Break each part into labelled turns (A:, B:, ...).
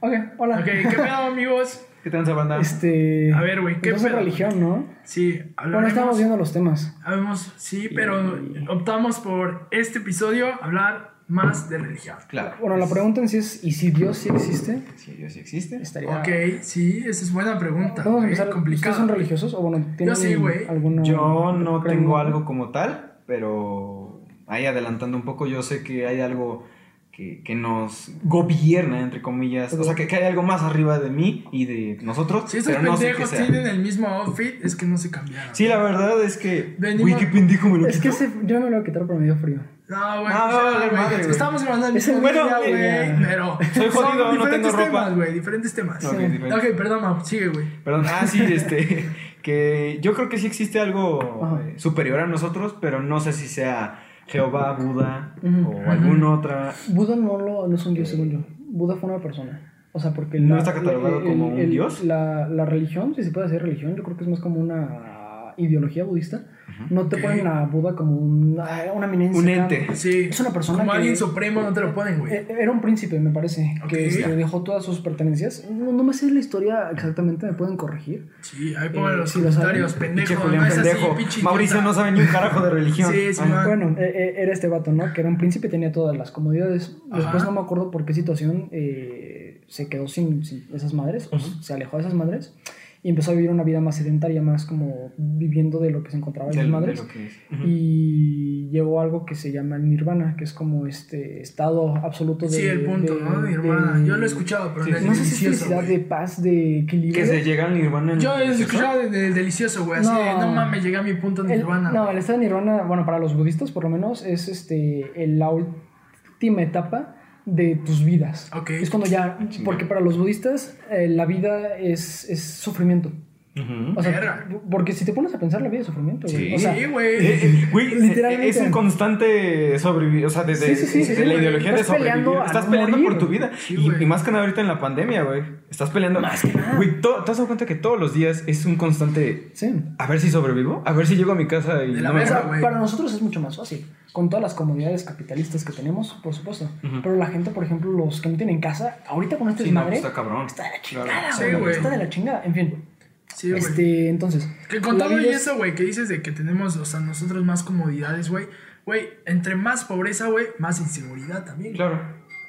A: Ok, hola.
B: Ok, ¿qué pedo, amigos?
C: ¿Qué tal, banda?
A: Este.
B: A ver, güey, ¿qué
A: entonces
B: pedo?
A: religión, ¿no?
B: Sí,
A: Bueno, estábamos
B: hablaremos.
A: viendo los temas.
B: hablaremos- sí, pero optamos por este episodio hablar más de religión.
C: Claro.
A: Bueno, la pregunta en sí es: ¿y si Dios sí existe?
C: Si Dios sí existe.
A: Estaría.
B: Ok, sí, esa es buena pregunta. eh,
A: Podemos
B: güey,
A: empezar. ¿Ustedes son
B: complicado.
A: religiosos o bueno, tienen
B: sí, güey.
A: alguna-
C: Yo no
A: creen-
C: tengo algo como tal, pero ahí adelantando un poco, yo sé que hay algo que, que nos gobierna, entre comillas. O sea, que, que hay algo más arriba de mí y de nosotros.
B: Si esos
C: pero no sé qué
B: pendejos
C: sea.
B: tienen el mismo outfit, es que no se cambiaron.
C: Sí, la verdad es que.
B: Venimos-
C: Uy, qué pendejo me lo
A: Es que
C: quitó.
A: ese- yo me lo voy a quitar por medio frío.
B: No, güey.
C: No,
B: o
C: no,
B: sea,
C: vale
B: güey,
C: madre, güey.
B: Estamos hablando del
A: Es el
B: mismo
A: mismo
B: día,
A: día,
B: güey.
A: güey.
B: Pero.
C: Soy
B: son
C: jodido, no
B: diferentes
C: tengo ropa.
B: temas, güey. Diferentes temas.
C: Ok,
A: sí.
C: diferente.
B: Ok, perdón, Mau, sigue, güey.
C: Perdón, ah, sí, este, que yo creo que sí existe algo
A: Ajá.
C: eh, superior a nosotros, pero no sé si sea Jehová, Buda
A: Ujú.
C: o alguna otra.
A: Buda no, lo, no es un dios, según yo. Buda fue una persona. O sea, porque.
C: ¿No está catalogado como un dios?
A: La, la religión, si se puede decir religión, yo creo que es más como una ideología budista. No te
B: Ok.
A: ponen a Buda como un- ah, una eminencia.
C: Un ente.
B: Sí.
A: Es una persona
B: Como
A: que-
B: alguien supremo, no te lo ponen, güey.
A: Eh, Era un príncipe, me parece,
B: Ok.
A: que este,
B: Ya.
A: dejó todas sus pertenencias. No, no me sé la historia exactamente, me pueden corregir.
B: Sí, ahí pongan
A: eh,
B: los
A: sí, lo saben.
B: comentarios,
C: Pinche
B: pendejo.
C: Julián
B: no es así,
C: pendejo.
B: pinche
C: Mauricio no
B: idiota.
C: sabe ni un carajo de religión. Ah,
B: Sí, sí,
C: Ajá.
B: man.
A: Bueno, eh, eh, era este vato, ¿no? Que era un príncipe y tenía todas las comodidades. Después
B: Ajá.
A: no me acuerdo por qué situación eh, se quedó sin, sin esas madres, o se alejó de esas madres y empezó a vivir una vida más sedentaria, más como viviendo de lo que se encontraba en
C: De-
A: esas
C: de
A: madres.
C: lo que es. Ujú.
A: Y llegó a algo que se llama el nirvana, que es como este estado absoluto de...
B: Sí, el punto,
A: de-
B: ¿no? Mi
A: de-
B: hermana. Yo lo he escuchado, pero
C: Sí,
B: no es
A: No sé si es
B: delicioso,
A: felicidad
B: güey.
A: de paz, de equilibrio.
C: Que se llega al nirvana. en-
B: Yo he escuchado de, de- delicioso, güey. Así, de,
A: No.
B: no mames, llegué a mi punto de
A: El-
B: nirvana.
A: no,
B: güey.
A: el estado de nirvana, bueno, para los budistas por lo menos, es este el- la última etapa de tus vidas.
B: Ok. Ah,
A: Es cuando ya, porque para los budistas eh, la vida es, es sufrimiento.
C: Ujú.
A: O sea,
B: Verga.
A: porque si te pones a pensar, la vida es sufrimiento. güey.
C: Sí.
A: O sea,
B: Sí, güey.
C: Eh, eh, güey,
A: Literalmente.
C: es un constante sobrevivir, o sea, desde
A: Sí, sí, sí, sí,
C: desde
A: sí,
C: la
A: güey.
C: ideología
A: Estás
C: de sobrevivir.
A: peleando a
C: estás
A: no
C: peleando
A: morir.
C: por tu vida.
B: Sí,
C: y,
B: güey.
C: y más que nada ahorita en la pandemia, güey. Estás peleando. Más que nada. Güey, to- ¿te has dado cuenta que todos los días es un constante
A: sí.
C: a ver si sobrevivo? A ver si llego a mi casa y
B: De la
C: me
A: O sea,
B: güey.
A: para nosotros es mucho más fácil, con todas las comodidades capitalistas que tenemos, por supuesto.
C: Ujú.
A: Pero la gente, por ejemplo, los que no tienen casa, ahorita con este
C: Sí, no,
A: desmadre,
C: pues, está cabrón.
A: está de la
C: Claro.
A: chingada,
B: Sí,
A: güey.
B: güey.
A: Está de la chingada. En fin,
B: Sí, güey.
A: este, entonces.
B: Que con
A: la
B: todo y
A: vida es-
B: eso, güey, que dices de que tenemos, o sea, nosotros más comodidades, güey. Güey, entre más pobreza, güey, más inseguridad también.
C: Claro.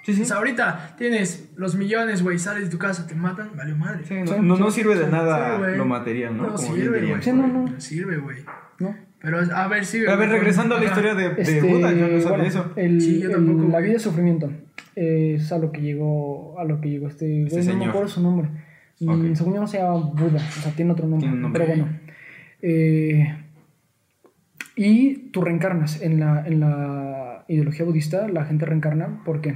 C: Sí, sí.
B: O sea, ahorita tienes los millones, güey, sales de tu casa, te matan, vale madre. Sí,
C: Sí, no,
A: Sí,
C: no,
A: sí,
C: no sirve de nada
B: güey.
C: lo material, ¿no?
B: No
C: Como bien
B: sirve,
C: dirían.
B: güey.
A: Sí, no, no.
B: No sirve, güey.
A: ¿no?
B: Pero, a ver, sigue.
C: A ver,
B: güey.
C: regresando a la
B: Ajá.
C: historia de, de
A: Este,
C: Buda, yo no sabía
A: bueno, eh,
C: eso.
A: el-
B: Sí, yo
A: el-
B: tampoco,
A: la
B: güey.
A: vida es sufrimiento. Eh, es a lo que llegó, a lo que llegó este,
C: Este
A: güey, no
C: señor.
A: me acuerdo su nombre. Mm,
C: Ok.
A: Según yo no se llama Buda, o sea, tiene otro nombre.
C: Tiene un nombre.
A: Pero bueno. Eh, y tú reencarnas. En la, en la ideología budista, la gente reencarna porque,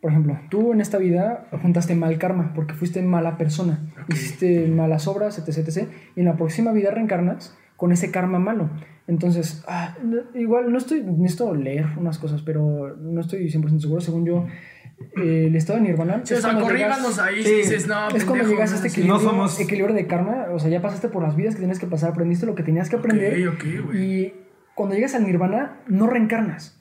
A: por ejemplo, tú en esta vida juntaste mal karma porque fuiste mala persona,
B: Ok.
A: hiciste malas obras, etc, etc. Y en la próxima vida reencarnas con ese karma malo. Entonces, ah, no- igual no estoy, necesito leer unas cosas, pero no estoy 100% seguro. Según yo, eh, el estado de nirvana...
B: Sí, o
A: es
B: sea,
A: cuando
B: corríganos
A: llegas-
B: ahí
C: Sí.
B: si dices, no,
A: es cuando
B: pendejo,
A: llegas a
B: no,
A: este
B: sí.
A: equilibrio,
C: No somos-
A: equilibrio de karma, o sea, ya pasaste por las vidas que tienes que pasar, aprendiste lo que tenías que aprender.
B: Ok, ok, güey.
A: y cuando llegas al nirvana, no reencarnas.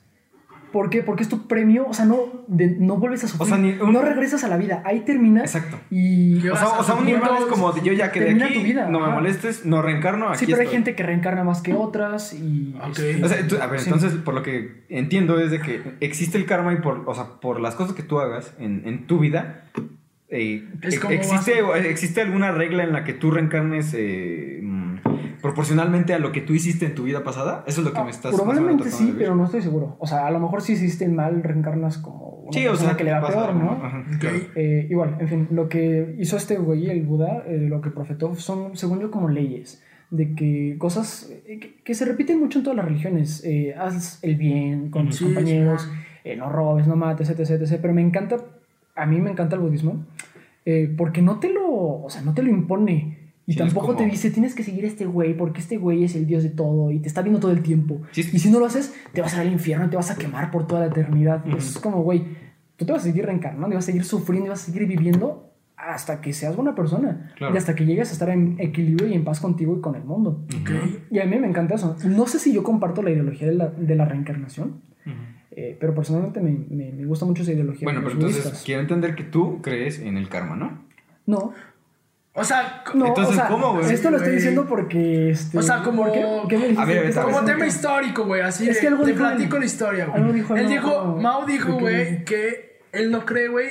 A: ¿Por qué? Porque es tu premio, o sea, no, de- no vuelves a
C: O
A: sufrir.
C: sea, ni un-
A: No regresas a la vida, ahí terminas.
C: Exacto.
A: Y...
B: Qué
C: O sea, o sea, un nirvana es como de yo ya quedé
A: Termina
C: aquí,
A: tu vida,
C: no me
A: ajá.
C: molestes, no reencarno, aquí
A: Sí, pero hay
C: estoy.
A: gente que reencarna más que otras y...
B: Ok.
A: este,
C: O sea, tú- a ver,
A: sí.
C: entonces, por lo que entiendo es de que existe el karma y por, o sea, por las cosas que tú hagas en, en tu vida, eh,
B: Es
C: ex-
B: como
C: existe, ¿existe alguna regla en la que tú reencarnes eh, mm, proporcionalmente a lo que tú hiciste en tu vida pasada? Eso es lo que me estás... más
A: Ah,
C: o menos
A: Probablemente sí,
C: tratando de ver.
A: pero no estoy seguro. O sea, a lo mejor si hiciste el mal, reencarnas como una
C: Sí, o
A: persona
C: sea,
A: que le va
C: pasa
A: peor,
C: algo,
A: ¿no?
C: Ajá,
B: Ok.
C: claro.
A: Eh, igual, en fin, lo que hizo este güey, el Buda, eh, lo que profetó, son, según yo, como leyes, de que cosas eh, que, que se repiten mucho en todas las religiones, eh, haz el bien con tus
B: Sí,
A: compañeros,
B: sí.
A: eh, no robes, no mates, etc, etc, pero me encanta, a mí me encanta el budismo, eh, porque no te lo, o sea, no te lo impone. Y
C: Sí, no es
A: tampoco te
C: como-
A: dice, tienes que seguir a este güey, porque este güey es el dios de todo y te está viendo todo el tiempo.
C: Sí, es-
A: Y si no lo haces, te vas a ir al infierno y te vas a quemar por toda la eternidad. Es como, güey, tú te vas a seguir reencarnando y vas a seguir sufriendo y vas a seguir viviendo hasta que seas buena persona.
C: Claro.
A: Y hasta que llegues a estar en equilibrio y en paz contigo y con el mundo.
B: Ok.
A: Y a mí me encanta eso. No sé si yo comparto la ideología de la, de la reencarnación, Eh, pero personalmente me, me- me gusta mucho esa ideología.
C: Bueno,
A: de
C: pero
A: los
C: entonces
A: budistas.
C: quiero entender que tú crees en el karma, ¿no?
A: No,
B: O sea, co-
A: no.
C: Entonces,
A: o sea,
C: ¿cómo, güey?
A: Esto lo estoy
B: Güey.
A: diciendo porque. Este,
B: O sea, como-
A: ¿por qué? ¿Qué me dijiste?
C: A ver,
A: ¿Qué
C: a ver,
A: estabas
B: como
C: ¿sabes?
B: tema
A: diciendo?
B: histórico, güey. Así
A: Es
B: de-
A: que algo
B: te
A: dijo el-
B: platico la historia, güey.
A: algo dijo el
B: Él
A: Mao,
B: dijo, Mao dijo,
A: de que-
B: güey, que él no cree, güey,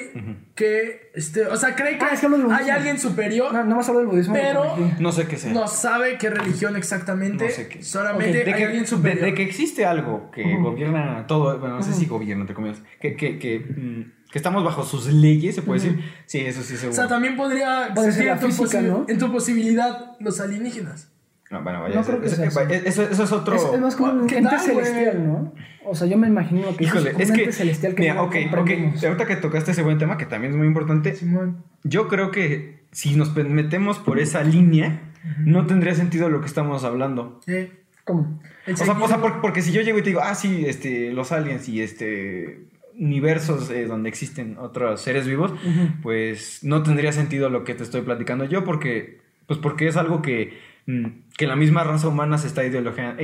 B: que este, o sea, cree que,
A: Ah, es que hablo del
B: hay
A: budismo.
B: alguien superior,
A: No, no vas a hablar del budismo.
B: Pero-
A: porque-
C: No sé qué sea.
B: no sabe qué religión exactamente,
C: No sé qué.
B: solamente
C: de, que,
B: hay alguien
C: de-
B: superior.
C: de que existe algo que
A: Ujú.
C: gobierna todo, bueno, no sé si gobierna, entre comillas, que, que, que, mm, que estamos bajo sus leyes, se puede decir. Sí, eso sí, seguro.
B: o sea, también podría
A: Puede ser
B: existir
A: la
B: en tu,
A: física,
B: posi-
A: ¿no?
B: en tu posibilidad los alienígenas.
C: No, bueno, vaya,
A: No
C: eso,
A: creo que
C: eso-
A: sea
C: eso-
A: así.
C: eso- eso es otro...
A: Es, es más como un
B: ¿Qué
A: ente
B: tal, güey?
A: celestial, ¿no? O sea, yo me imagino que
C: Híjole,
A: como
C: es
A: un
C: que...
A: ente celestial que
C: mira,
A: no
C: ok, ok.
A: comprendemos.
C: Ahorita que tocaste ese buen tema, que también es muy importante,
B: Simón.
C: yo creo que si nos pe- metemos por esa línea, no tendría sentido lo que estamos hablando.
B: Sí.
A: ¿Cómo?
B: El
C: O sea, o
B: seguimiento-
C: sea, por- porque si yo llego y te digo, ah, sí, este, los aliens y este universos eh, donde existen otros seres vivos,
A: Ujú.
C: pues no tendría sentido lo que te estoy platicando yo, porque, pues porque es algo que, mm, que la misma raza humana se está ideologiando,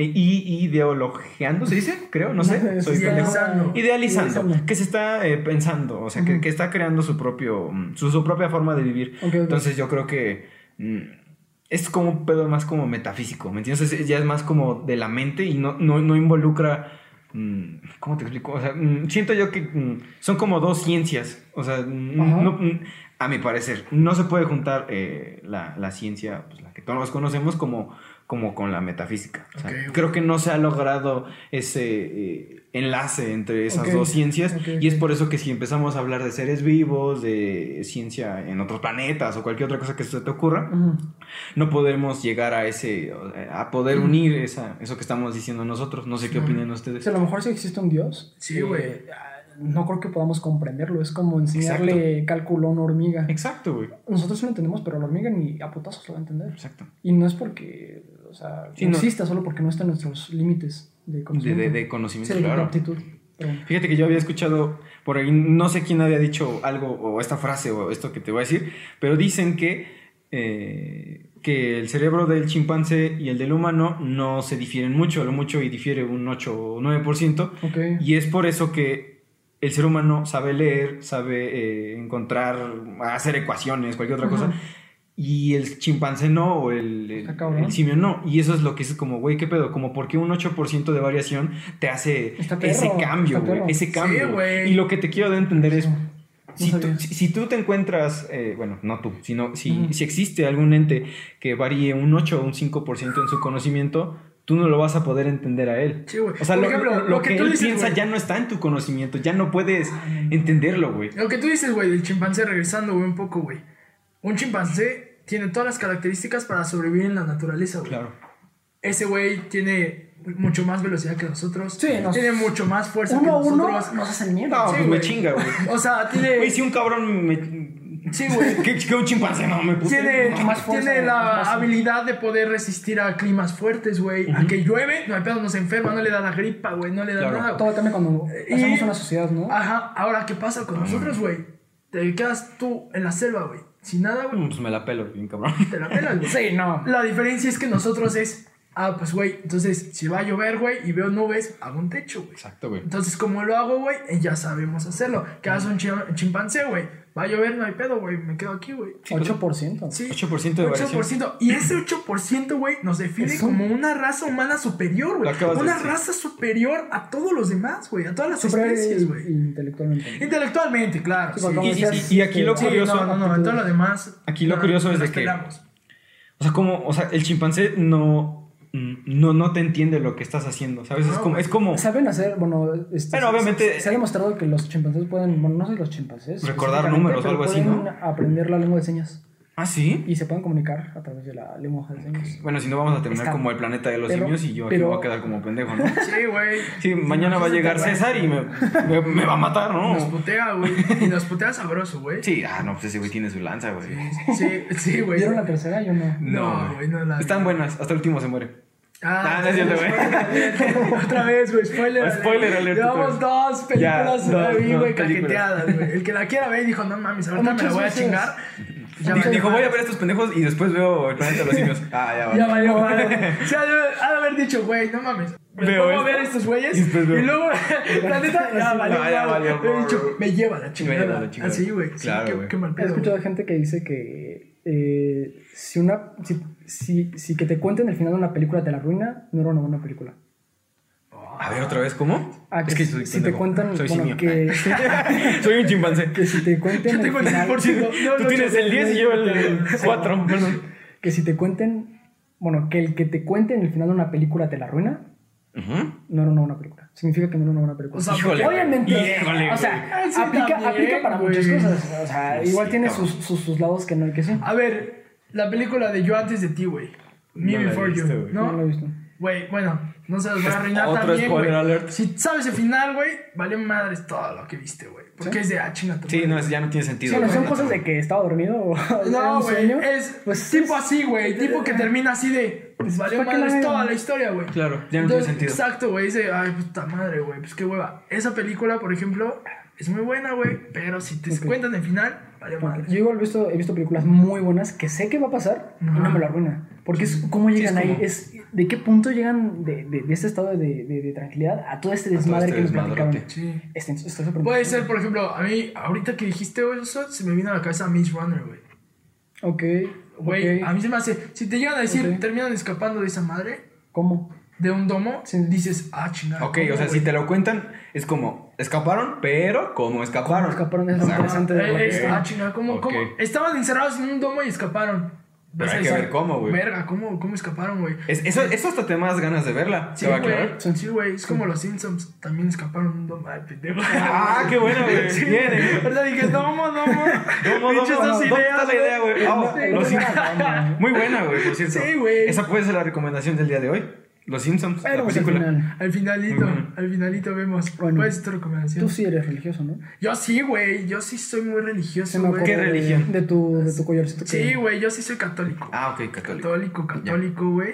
C: ideologiando, ¿se dice? Creo, no sé, soy
A: Está-
C: pendejo.
B: idealizando.
C: Idealizando,
A: idealizando.
C: que se está eh, pensando, o sea, que,
A: Ujú.
C: que está creando su propio, mm, su, su propia forma de vivir.
A: Ok, ok.
C: Entonces yo creo que mm, es como un pedo más como metafísico, ¿me entiendes? Es- ya es más como de la mente y no, no, no involucra... mm, ¿Cómo te explico? O sea, mm, siento yo que mm, son como dos ciencias. O sea, mm,
A: Ajá.
C: no- mm, a mi parecer, no se puede juntar eh, la, la ciencia, pues, la que todos conocemos, como, como con la metafísica. O sea,
B: Ok.
C: Creo que no se ha logrado ese eh, enlace entre esas
A: Ok.
C: dos ciencias
A: Ok,
C: y
A: ok.
C: es por eso que si empezamos a hablar de seres vivos, de ciencia en otros planetas o cualquier otra cosa que se te ocurra,
A: Ujú.
C: no podemos llegar a ese, o sea, a poder unir esa, eso que estamos diciendo nosotros. No sé
B: Sí.
C: qué opinan
A: O
C: ustedes.
A: sea, a lo mejor sí existe un dios.
B: Sí,
A: eh,
B: güey.
A: ah, no creo que podamos comprenderlo. Es como enseñarle cálculo a una hormiga.
C: Exacto, güey.
A: Nosotros sí lo entendemos, pero la hormiga ni a putazos lo va a entender.
C: Exacto.
A: Y no es porque, o sea,
C: Sí,
A: no
C: no.
A: exista, solo porque no están nuestros límites de
C: De,
A: conocimiento.
C: de, de
A: Sí,
C: conocimiento,
A: de
C: claro.
A: aptitud. Pero,
C: Fíjate que yo había escuchado por ahí, no sé quién había dicho algo o esta frase o esto que te voy a decir, pero dicen que, eh, que el cerebro del chimpancé y el del humano no se difieren mucho, a lo mucho y difiere un 8 o 9%,
A: ok.
C: y es por eso que el ser humano sabe leer, sabe eh, encontrar, hacer ecuaciones, cualquier otra cosa.
A: Ajá.
C: Y el chimpancé no, o el, el-
A: Está cabrón.
C: el simio no. Y eso es lo que es como, güey, ¿qué pedo? Como porque un 8% de variación te hace
A: Está perro,
C: ese cambio,
A: está
C: güey.
A: perro.
C: Ese
B: Sí,
C: cambio.
B: güey.
C: y lo que te quiero de entender es,
A: No
C: si, tú,
A: sabía.
C: si- si tú te encuentras, eh, bueno, no tú, sino si,
A: Ujú.
C: si existe algún ente que varíe un 8 o un 5% en su conocimiento, tú no lo vas a poder entender a él.
B: Sí, güey.
C: O sea,
B: Por
C: lo,
B: ejemplo,
C: lo- lo
B: lo que
C: que,
B: tú
C: él
B: dices,
C: piensa
B: güey. Ah.
C: ya no está en tu conocimiento, ya no puedes entenderlo, güey.
B: Lo que tú dices, güey, del chimpancé, regresando, güey, un poco, güey. Un chimpancé tiene todas las características para sobrevivir en la naturaleza, güey.
C: Claro.
B: Ese güey tiene mucho más velocidad que nosotros.
A: Sí, nos-
B: Tiene mucho más fuerza
A: Uno a
B: que
A: uno
B: nosotros.
A: nos hacen miedo.
C: No,
B: Sí,
C: pues me
B: güey.
C: chinga, güey.
B: O sea,
C: Güey,
B: tiene.
C: si un cabrón me.
B: Sí, güey.
C: Que, que un chimpancé, no, me puse.
B: Tiene,
A: mucho más fuerza,
B: tiene
A: más
B: la
A: masa.
B: habilidad de poder resistir a climas fuertes, güey. A que llueve, no hay pedo, no se enferma, no le da la gripa, güey, no le da
C: Claro.
B: nada. güey.
A: Todo cambia cuando
B: Eh,
A: hacemos
B: y-
A: una sociedad, ¿no?
C: Ah,
B: Ajá, ahora, ¿qué pasa con nosotros, güey? Te quedas tú en la selva, güey. Sin nada, güey.
C: Pues me la pelo, bien cabrón.
B: Te la pelas, güey.
A: Sí, no.
B: La diferencia es que nosotros es, ah, pues güey, entonces si va a llover, güey, y veo nubes, hago un techo, güey.
C: Exacto, güey.
B: Entonces, como lo hago, güey, Eh, ya sabemos hacerlo. ¿Qué hace un chi- chimpancé, güey? Va a llover, no hay pedo, güey, me quedo aquí, güey.
A: 8%.
B: Sí.
C: 8% de
B: 8%. Y ese 8%, güey, nos define
A: Eso.
B: como una raza humana superior, güey.
C: Lo acabas de
B: Una
C: decir.
B: raza superior a todos los demás, güey, a todas las
A: Superior
B: especies,
A: in-
B: güey.
A: intelectualmente.
B: Intelectualmente, claro.
A: Sí,
B: Sí,
A: porque como
C: Y- y-
A: decías,
C: y aquí lo
A: eh,
B: Sí,
C: curioso-
B: no, no, no, en todo lo demás.
C: Aquí lo
B: no,
C: curioso es
B: nos
C: de que-
B: pelamos.
C: O sea, como, o sea, el chimpancé no, mm, no, no te entiende lo que estás haciendo, ¿sabes? es
B: No,
C: como,
B: güey.
C: es como
A: Saben hacer, bueno, este,
C: Pero
A: se-
C: obviamente-
A: se, se ha demostrado que los chimpancés pueden, bueno, no sé los chimpancés.
C: Recordar
A: específicamente,
C: números o
A: pero
C: algo así,
A: pueden
C: ¿no?
A: aprender la lengua de señas
C: ah, sí.
A: y se pueden comunicar a través de la lengua de
B: pues,
A: señas.
C: Bueno, si no vamos a terminar
A: Está-
C: como el planeta de los
A: pero-
C: simios y yo aquí
A: pero-
C: me voy a quedar como pendejo, ¿no?
B: Sí, güey.
C: Sí, mañana va a llegar César y me, me- me va a matar,
B: Nos
C: ¿no?
B: putea, güey. Y nos putea sabroso, güey.
C: Sí, ah, no, pues ese güey tiene su lanza, güey.
B: Sí, sí, güey.
A: ¿Vieron la tercera? Yo no.
B: No, güey, no la.
C: Están buenas, hasta el último se muere.
B: Ah,
C: Ah, no es cierto, güey.
B: Otra vez, güey. Spoiler. alert.
C: Spoiler alert,
B: Llevamos
C: otra
B: dos películas
C: Ya,
B: de
C: dos,
B: mí,
C: dos
B: güey,
C: películas.
B: cajeteadas, güey. El que la quiera ver dijo, no mames, ahorita me la
A: Muchas
B: voy a
A: veces.
B: chingar. Ya
C: Dijo-
B: valió
C: dijo, voy a
B: madre.
C: ver a estos pendejos y después veo el planeta de los simios. Ah, ya va.
B: Ya valió madre. O sea, ha de haber- ha de haber dicho, güey, no mames. Me
C: Veo
B: pongo a
C: esto.
B: ver a estos güeyes
C: Y
B: y,
C: después veo.
B: luego, la neta, ya valió.
C: Ah, ya
B: madre.
C: valió,
B: He dicho,
C: bro.
B: me lleva la chingada.
C: lleva la chingada.
B: Así, güey. Sí,
C: Claro,
B: qué-
C: güey.
B: Qué mal
A: He
B: pedo.
A: escuchado gente que dice que eh, si una si, si, si que te cuenten el final de una película te la arruina, no era una buena película.
C: A ver, otra vez, ¿cómo?
A: Ah, que si,
C: soy
A: si te
C: pendejo.
A: cuentan
C: Soy
A: bueno,
C: simio.
A: que,
C: Soy un chimpancé.
A: que si te cuenten
B: Yo
A: el
B: tengo el
A: final-
B: 10%. No,
C: Tú
B: no,
C: tienes
B: yo-
C: el 10 y yo el 4. Perdón.
A: que si te cuenten, bueno, que el que te cuenten el final de una película te la arruina,
C: Ujú.
A: no era una buena película. Significa que pues, no era una buena película.
B: O sea,
C: Híjole.
A: Obviamente,
C: Híjole,
A: o sea,
B: güey. Ay, sí,
A: aplica,
B: también,
A: aplica para
B: güey. Ah,
A: muchas cosas. O sea,
C: Sí,
A: igual tiene
C: cabrón.
A: sus, sus, sus lados que no hay que sí.
B: A ver, la película de Yo antes de ti, güey. Me
C: No la he
B: Before
C: visto,
B: You.
C: güey.
A: No,
B: ¿No?
A: lo he visto.
B: Güey, bueno, no se los voy a arruinar
C: Otro
B: también,
C: spoiler
B: güey.
C: alert.
B: Si sabes el final, güey, valió madres todo lo que viste, güey. Porque es de ah, chinga tu
C: Sí,
B: madre.
C: no, es- ya no tiene sentido.
A: Sí, no,
C: güey.
A: son cosas de que estaba dormido o era
B: No,
A: un
B: güey,
A: sueño.
B: es
A: Pues
B: tipo
A: es-
B: así, güey, tipo que termina así de pues, valió
A: ¿Para qué
B: madres
A: la veo?
B: toda la historia, güey.
C: Claro, ya no tiene
B: Entonces,
C: sentido.
B: Exacto, güey, dice, ay, puta madre, güey, pues qué hueva. Esa película, por ejemplo, es muy buena, güey, pero si te cuentan el final, valió madres.
A: Yo igual he visto, he visto películas muy buenas que sé que va a pasar y no me lo arruina. Porque es cómo
C: es
A: llegan ahí,
C: como-
A: es de qué punto llegan de, de, de este estado de, de- de tranquilidad a todo este desmadre
C: este
A: que nos
C: desmadrote.
A: platicaron.
B: Sí.
A: Está- está súper
B: Puede ser, por ejemplo, a mí, ahorita que dijiste güey, eso, se me vino a la cabeza Miss Runner, güey.
A: Ok,
B: Güey,
A: ok.
B: a mí se me hace, si te llegan a decir,
A: Ok.
B: terminan escapando de esa madre,
A: ¿Cómo?
B: de un domo,
A: Sí.
B: dices, ah, chingada.
C: Ok, o sea, si te lo cuentan, es como, escaparon, pero ¿cómo escaparon?
A: Los escaparon es lo
C: Exacto.
A: interesante de la
B: Ah,
A: historia.
B: chingada, ¿cómo,
C: Ok.
B: cómo? Estaban encerrados en un domo y escaparon.
C: Pero
B: Vas a
C: hay que
B: decir,
C: ver cómo, güey.
B: Verga, ¿cómo, cómo escaparon, güey?
C: Es- eso, eso hasta te más ganas de verla.
B: Sí,
C: ¿Te va a
B: güey.
C: aclarar?
B: Sí, güey. Es como los Simpsons. También escaparon de un domo. Ay, pendejo.
C: Ah, qué bueno, güey.
B: Sí.
C: Bien, eh.
B: Ahorita dije, domo, domo.
C: Domo,
B: Pinches
C: domo,
B: dos
C: ¿dónde está la idea, güey? Ah,
A: Eh,
C: los
A: no, no, no.
C: Muy buena, güey, por cierto.
B: Sí, güey.
C: Esa puede ser la recomendación del día de hoy. Los Simpsons,
A: Pero
C: la
A: pues al
C: película.
A: final,
B: Al finalito,
C: Muy bueno.
B: al finalito vemos.
A: Bueno.
B: ¿Cuál es tu recomendación?
A: tú sí eres religioso, ¿no?
B: Yo sí, güey. Yo sí soy muy
A: Se
B: religioso,
A: me
B: güey.
A: acordó de-
C: religión?
A: De tu, de tu collarcito. que-
B: Sí, güey. Yo sí soy católico.
C: Ah, ok, católico.
B: católico, católico, güey.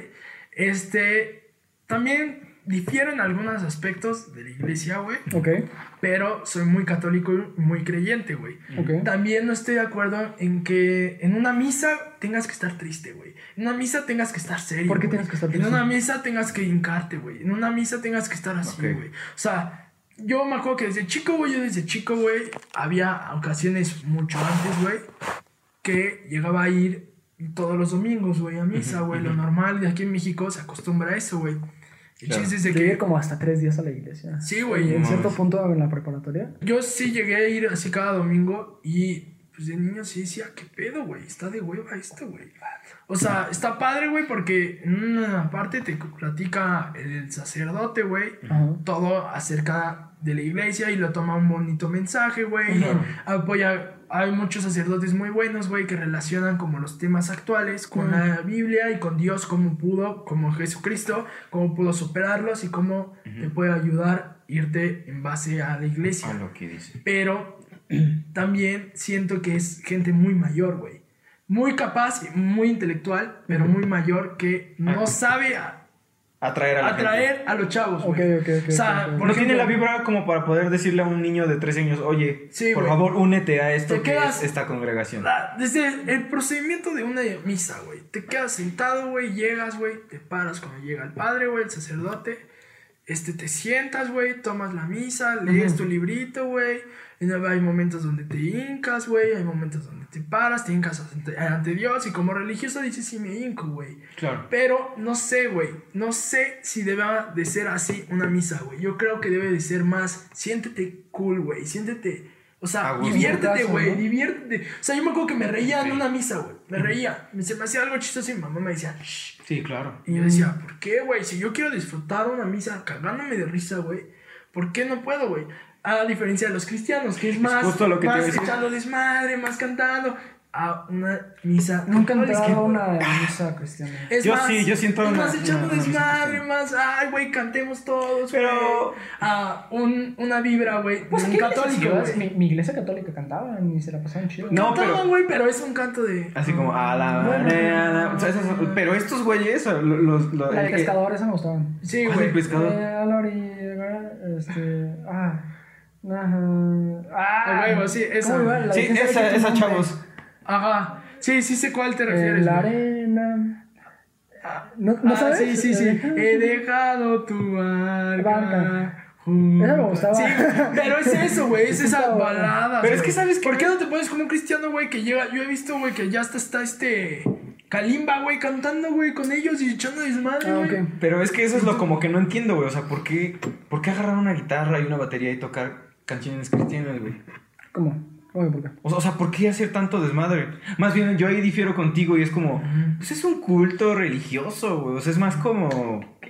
B: Este, también difiero en algunos aspectos de la iglesia, güey,
A: Ok,
B: pero soy muy católico y muy creyente, güey.
A: ok.
B: También no estoy de acuerdo en que en una misa tengas que estar triste, güey. En una misa tengas que estar serio.
A: ¿Por qué
B: güey.
A: tienes que estar triste?
B: En una misa tengas que hincarte, güey. En una misa tengas que estar así,
C: Ok.
B: güey. O sea, yo me acuerdo que desde chico, güey, yo desde chico, güey, había ocasiones mucho antes, güey, que llegaba a ir todos los domingos, güey, a misa, güey. Lo normal de aquí en México se acostumbra a eso, güey. El
C: Claro.
B: chiste es de
A: Yo llegué
B: que...
A: como hasta tres días a la iglesia.
B: Sí, güey.
A: Y
B: o
A: en
C: No
A: cierto
C: mames.
A: punto en la preparatoria,
B: yo sí llegué a ir así cada domingo y pues de niño sí decía, ¿qué pedo, güey? Está de hueva esto, güey. O sea, está padre, güey, porque en una parte te platica el sacerdote, güey,
A: Ajá.
B: todo acerca de la iglesia y lo toma un bonito mensaje, güey.
C: Claro.
B: Apoya, hay muchos sacerdotes muy buenos, güey, que relacionan como los temas actuales con
A: Mm.
B: la Biblia y con Dios, cómo pudo, como Jesucristo, cómo pudo superarlos y cómo te puede ayudar irte en base a la iglesia.
C: Ah, lo que dice.
B: Pero también siento que es gente muy mayor, güey. Muy capaz, y muy intelectual, pero muy mayor que no
C: Ah.
B: sabe a-
C: Atraer a la gente.
B: atraer a los chavos, güey.
A: Ok, ok, ok,
B: O sea,
A: ok, ok.
B: por
C: no tiene
B: ejemplo,
C: la vibra como para poder decirle a un niño de 13 años, oye,
B: Sí,
C: por
B: güey.
C: favor, únete a esto
B: Te
C: que
B: quedas-
C: es esta congregación.
B: la- Desde el procedimiento de una misa, güey. Te quedas sentado, güey, llegas, güey, te paras cuando llega el padre, güey, el sacerdote. Este, te sientas, güey, tomas la misa, lees tu librito, güey. Y luego Hay momentos donde te hincas, güey. Hay momentos donde te paras, te hincas ante, ante Dios. Y como religioso dices, sí me hinco, güey.
C: Claro.
B: Pero no sé, güey. No sé si deba de ser así una misa, güey. Yo creo que debe de ser más. Siéntete cool, güey. Siéntete. O
C: A
B: sea,
C: gusto.
B: diviértete,
A: Caso,
B: güey.
A: ¿no?
B: Diviértete. O sea, yo me acuerdo que me reía en una misa, güey. Me reía. Me- Se me hacía algo chistoso y mi mamá me decía, shh.
C: Sí, claro.
B: Y yo decía, ¿por qué, güey? Si yo quiero disfrutar una misa cagándome de risa, güey, ¿por qué no puedo, güey? A diferencia de los cristianos, que es más,
C: justo lo que te iba a
B: más
C: decir.
B: echando desmadre, más cantando. A una misa.
A: Nunca he
B: católica,
A: entrado a
B: güey.
A: una misa cristiana.
B: Es
C: Yo
B: más,
C: sí, yo siento
B: es
C: una-
B: más echando
C: una- una
B: desmadre, más, ay, güey, cantemos todos,
C: Pero-
B: güey. Ah, un, una vibra, güey,
A: pues
B: de un católico, güey.
A: mi, iglesia católica cantaba y se la pasaban chido.
C: No,
B: Cantaban,
C: pero-
B: güey, pero es un canto de...
C: Así como, a la
B: Bueno.
C: manera. o sea, esas- pero estos güeyes, o lo- los. los-
A: La de
C: el que-
A: pescador, esa me gustaba.
B: Sí,
C: ¿Cuál
B: güey.
C: del pescador?
A: Eh, a la orilla, este. Ah. Ajá. Ah,
B: A huevo, sí, esa.
A: ¿cómo iba? La
C: Sí,
A: Virgen sabe
C: esa,
A: que tu
C: esa
A: nombre-
C: chavos.
B: Ajá. Sí, sí sé cuál te refieres.
A: En la
B: güey.
A: arena. ¿No, no
B: Ah,
A: sabes?
B: Sí, sí, sí.
A: Eh,
B: He dejado tu barca.
A: Barca.
B: junto
A: Esa me
B: a-
A: gustaba.
B: Sí, pero es eso, güey. Es esas
A: Estaba buena.
B: baladas.
C: Pero es
B: güey.
C: que, ¿sabes qué,
B: ¿Por qué
C: güey?
B: no te pones como un cristiano, güey? Que llega. Yo he visto, güey, que ya hasta está este. Kalimba, güey, cantando, güey, con ellos y echando desmadre,
A: Ah,
B: güey.
A: ok.
C: Pero es que eso es lo como que no entiendo, güey. O sea, ¿por qué, ¿por qué agarrar una guitarra y una batería y tocar canciones cristianas, güey?
A: ¿Cómo? ¿Cómo que por qué?
C: O sea, o sea, ¿por qué hacer tanto desmadre? Más bien, yo ahí difiero contigo y es como, pues es un culto religioso, güey. O sea, es más como.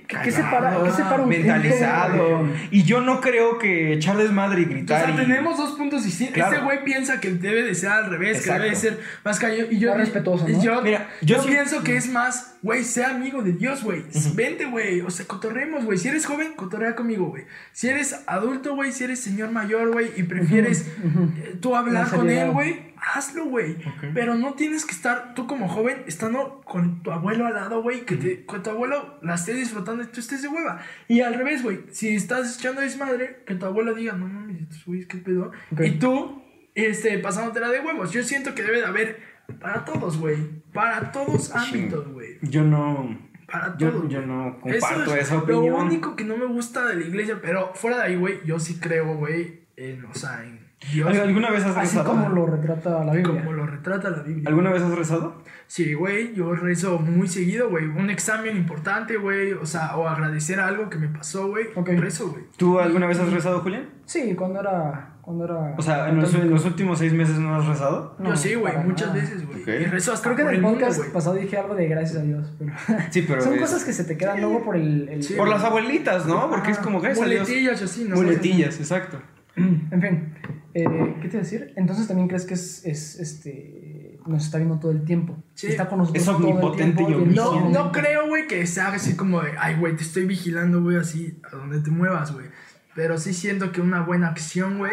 A: qué separa-
C: calmado,
A: qué separa un culto,
C: Mentalizado.
A: güey?
C: Y yo no creo que echar desmadre y
B: O
C: gritar.
B: sea,
C: y-
B: tenemos dos puntos distintos.
C: Claro.
B: Este güey piensa que debe de ser al revés,
C: Exacto.
B: que debe de ser más cañón. Y yo,
A: Más respetuoso, ¿no?
B: yo,
C: Mira, yo
B: yo,
C: sí-
B: pienso que es más, güey, sea amigo de Dios, güey. Vente, güey. O sea, cotorremos, güey. Si eres joven, cotorrea conmigo, güey. Si eres adulto, güey, si eres señor mayor, güey, y prefieres eh, tú hablar
A: La
B: con
A: seriedad.
B: él, güey, hazlo, güey. Pero no tienes que estar tú como joven estando con tu abuelo al lado, güey, que te, con tu abuelo la esté disfrutando y tú estés de hueva. Y al revés, güey, si estás echando desmadre, que tu abuelo diga, no mames, estos güeyes, qué pedo.
A: Ok.
B: Y tú, este, pasándotela de huevos. Yo siento que debe de haber para todos, güey. Para todos ámbitos, güey.
C: Yo no.
B: Para
C: Yo-
B: todos.
C: yo
B: güey.
C: no
B: Eso
C: comparto
B: es
C: esa
B: Lo
C: opinión.
B: único que no me gusta de la iglesia, pero fuera de ahí, güey, yo sí creo, güey, en, o sea, en Dios.
C: ¿Al- ¿Alguna vez has
A: Así
C: rezado?
A: como lo retrata la Biblia.
B: Como lo retrata la Biblia.
C: ¿Alguna vez has rezado?
B: Sí, güey, yo rezo muy seguido, güey. Un examen importante, güey. O sea, o agradecer algo que me pasó, güey.
A: Ok.
B: Rezo, güey.
C: ¿Tú alguna vez has rezado, Julián?
A: Sí, cuando era. Cuando era
C: O sea, en los, en los últimos seis meses no has rezado.
A: No,
B: yo sí, güey,
A: para
B: muchas
A: nada.
B: veces, güey.
C: Ok.
B: Y rezo hasta
A: Creo que en
B: por
A: el
B: mundo,
A: podcast
B: güey.
A: pasado dije algo de gracias a Dios. Pero...
C: Sí, pero
A: Son
C: es-
A: cosas que se te quedan luego por el. el-
B: Sí.
C: Por las abuelitas, ¿no? Porque es como gracias a Dios.
B: Boletillas y así, ¿no?
C: Boletillas, exacto.
A: En fin, eh, ¿qué te iba a decir? Entonces también crees que es, es, este nos está viendo todo el tiempo.
B: Sí.
A: Está con nosotros
C: Es
A: todo el
C: omnipotente
A: tiempo
C: y
A: en todo
B: No, no
A: momento.
B: creo, güey, que se haga así como de, ay, güey, te estoy vigilando, güey, así, a donde te muevas, güey. Pero sí siento que una buena acción, güey,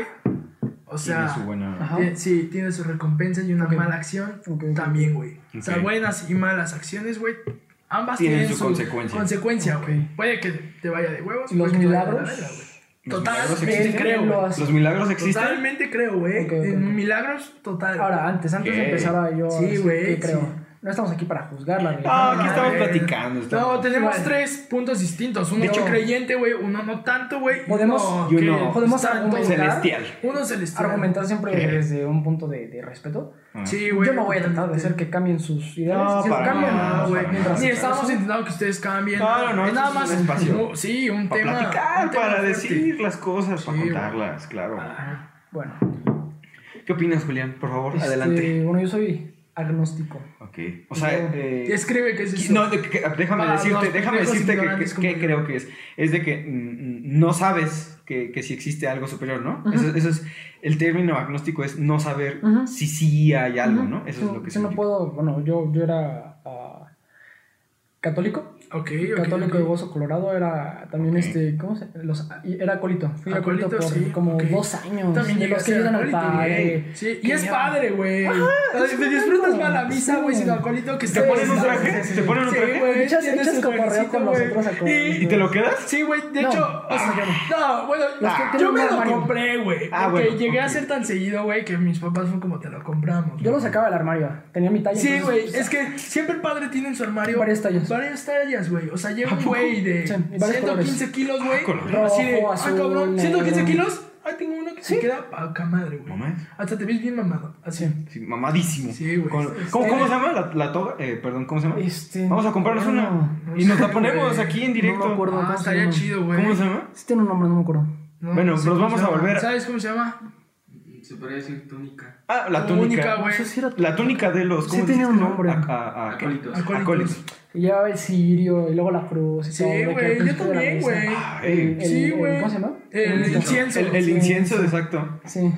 B: o sea,
C: buena.
A: Ajá.
B: tie- sí, tiene su recompensa y una
A: Ok.
B: mala acción
A: Ok, ok.
B: también, güey. O sea,
C: Ok.
B: buenas y malas acciones, güey, ambas
C: Tienen
B: tienen,
C: su consecuencia.
B: consecuencia, güey.
A: Ok.
B: Puede que te vaya de huevos.
A: ¿Y los
B: puede que te vaya de
A: milagros?
B: la verga, güey.
C: ¿Los milagros
B: Totalmente
C: existen?
B: creo,
A: Lo
B: güey.
A: hace.
C: ¿Los milagros existen?
B: Totalmente creo, güey.
A: Ok, ok,
B: En
A: ok.
B: milagros, total.
A: Ahora, antes, antes
C: Ok.
A: de empezar a yo. a
B: Sí,
A: decir
B: güey,
A: qué creo.
B: sí.
A: No estamos aquí para juzgar la religión.
C: Ah, aquí
A: ¿no?
C: estamos
B: güey.
C: platicando, estamos-
B: No, tenemos
A: Igual.
B: tres puntos distintos. Uno
A: De hecho,
B: creyente, güey. Uno no tanto, güey.
A: podemos-
B: uno
C: y
B: que
C: uno
A: podemos
B: está en todo.
A: argumentar-
C: Celestial.
B: Uno celestial.
A: Argumentar siempre
C: Ok.
A: desde un punto de, de respeto.
B: Sí, güey.
A: Yo no voy a tratar de hacer que cambien sus ideas.
C: No,
A: si
C: para
A: cambian,
C: nada,
B: No,
A: no,
B: güey.
C: para
A: mientras
C: nada.
B: Ni
A: se-
B: estamos
A: eso-
B: intentando que ustedes cambien.
C: No, no, no,
B: Es nada
C: esto es
B: más.
C: un espacio.
B: no, sí, un
C: Para
B: tema.
C: Ah, platicar,
B: un tema
C: para
B: fuerte.
C: decir las cosas, para
B: Sí,
C: contarlas, claro.
A: Bueno,
C: ¿Qué opinas, Julián? Por favor,
A: este,
C: adelante.
A: bueno, yo soy agnóstico.
C: Ok. O sea,
A: Yo-
C: eh,
B: Escribe que es eso.
C: No, de- que- déjame
B: Para
C: decirte,
B: los
C: déjame
B: pendejos
C: decirte que,
B: ignorantes
C: que-
B: como
C: que
B: yo.
C: creo que es. Es de que mm, mm, no sabes que, que si existe algo superior, ¿no?
A: Ujú.
C: eso, eso es. El término agnóstico es no saber
A: Ujú.
C: si sí hay algo, ¿no?
A: Ujú.
C: Eso
A: Yo-
C: es lo que
A: yo no
C: significa.
A: puedo, bueno, yo, yo era ah, católico,
B: Ok, ok.
A: católico de
B: ok.
A: Gozo Colorado, era también
C: Ok.
A: este, ¿cómo se? Los, era acólito, fui acólito,
B: Acólito,
A: por
B: sí,
A: como
B: ok.
A: dos años,
B: También
A: de
B: llegué
A: los
B: a
A: que
B: ser
A: ayudan al
B: acólito,
A: padre.
B: Sí, y
A: que
B: es
A: llevan-
B: padre, güey.
A: es
B: Te
A: un
B: disfrutas
A: acto.
B: más la misa, güey,
A: Sí.
B: sin alcoholito que
A: Te
B: se
A: ponen
B: ponen
A: un
C: traje, te ponen un traje.
A: Echas- echas cotorreo con nosotros a comer,
C: ¿Y te lo quedas?
B: Sí, güey, de
A: No,
B: hecho, o
A: eso
B: sea,
A: yo
B: no, bueno,
A: Los que tienen
B: yo
A: un
B: me lo
A: armario.
B: compré, güey.
C: Ah,
B: porque
C: bueno,
B: llegué a
C: ok.
B: ser tan seguido, güey, que mis papás fue como te lo compramos.
A: Yo
B: güey".
A: lo sacaba del armario, tenía mi talla.
B: Sí,
A: entonces,
B: güey,
A: pues,
B: es que siempre el padre tiene en su armario
A: Varias tallas.
B: Varias tallas, güey. O sea, llega
C: ¿A
B: un
C: poco?
B: güey de
A: Sí, y varios
B: 115
A: colores.
B: kilos, güey.
C: Ah, colores.
B: así de,
A: Rojo,
B: ah,
A: azul,
B: cabrón, 115
A: negro.
B: kilos. Ahí tengo uno que se queda pa' acá madre,
C: No
B: güey.
C: mames.
B: Hasta te ves bien mamado. Así.
C: Sí, mamadísimo.
B: Sí, güey.
C: Con-
B: Sí,
C: ¿Cómo,
A: sí.
C: cómo se llama la, la toga? Eh, perdón, ¿cómo se llama?
A: Este,
C: Vamos a comprarnos
A: no,
C: una.
B: no
C: y nos
B: sé,
C: la ponemos
B: güey.
C: aquí en directo.
A: No me acuerdo.
B: Ah,
A: ¿cómo se
B: estaría
A: llama?
B: chido, güey.
C: ¿Cómo se llama?
A: Sí tiene un nombre, no me acuerdo.
B: No,
C: Bueno,
B: no sé
C: los
B: cómo
C: vamos
B: se
C: a
B: llama.
C: volver-
B: ¿Sabes cómo se llama?
D: Se podría decir túnica.
C: Ah, la
B: Túnica,
C: túnica.
B: güey.
A: Eso sí era-
C: La túnica de los.
A: Sí
C: ¿cómo
A: tenía
C: dijiste,
A: un
C: no?
A: nombre.
C: A- a- a- ¿qué?
D: Acólitos.
B: Acólitos.
C: Acólitos.
A: Y llevaba el cirio y luego la cruz y
B: Sí,
A: todo, de que
B: güey,
A: al
B: yo
A: principio de la
B: también,
A: misa.
B: güey.
A: El-
C: Ay.
A: el-
B: Sí,
A: el-
B: güey.
A: ¿Cómo se llama?
B: El incienso.
C: El, el
A: Sí,
C: incienso,
A: sí.
C: exacto.
A: Sí.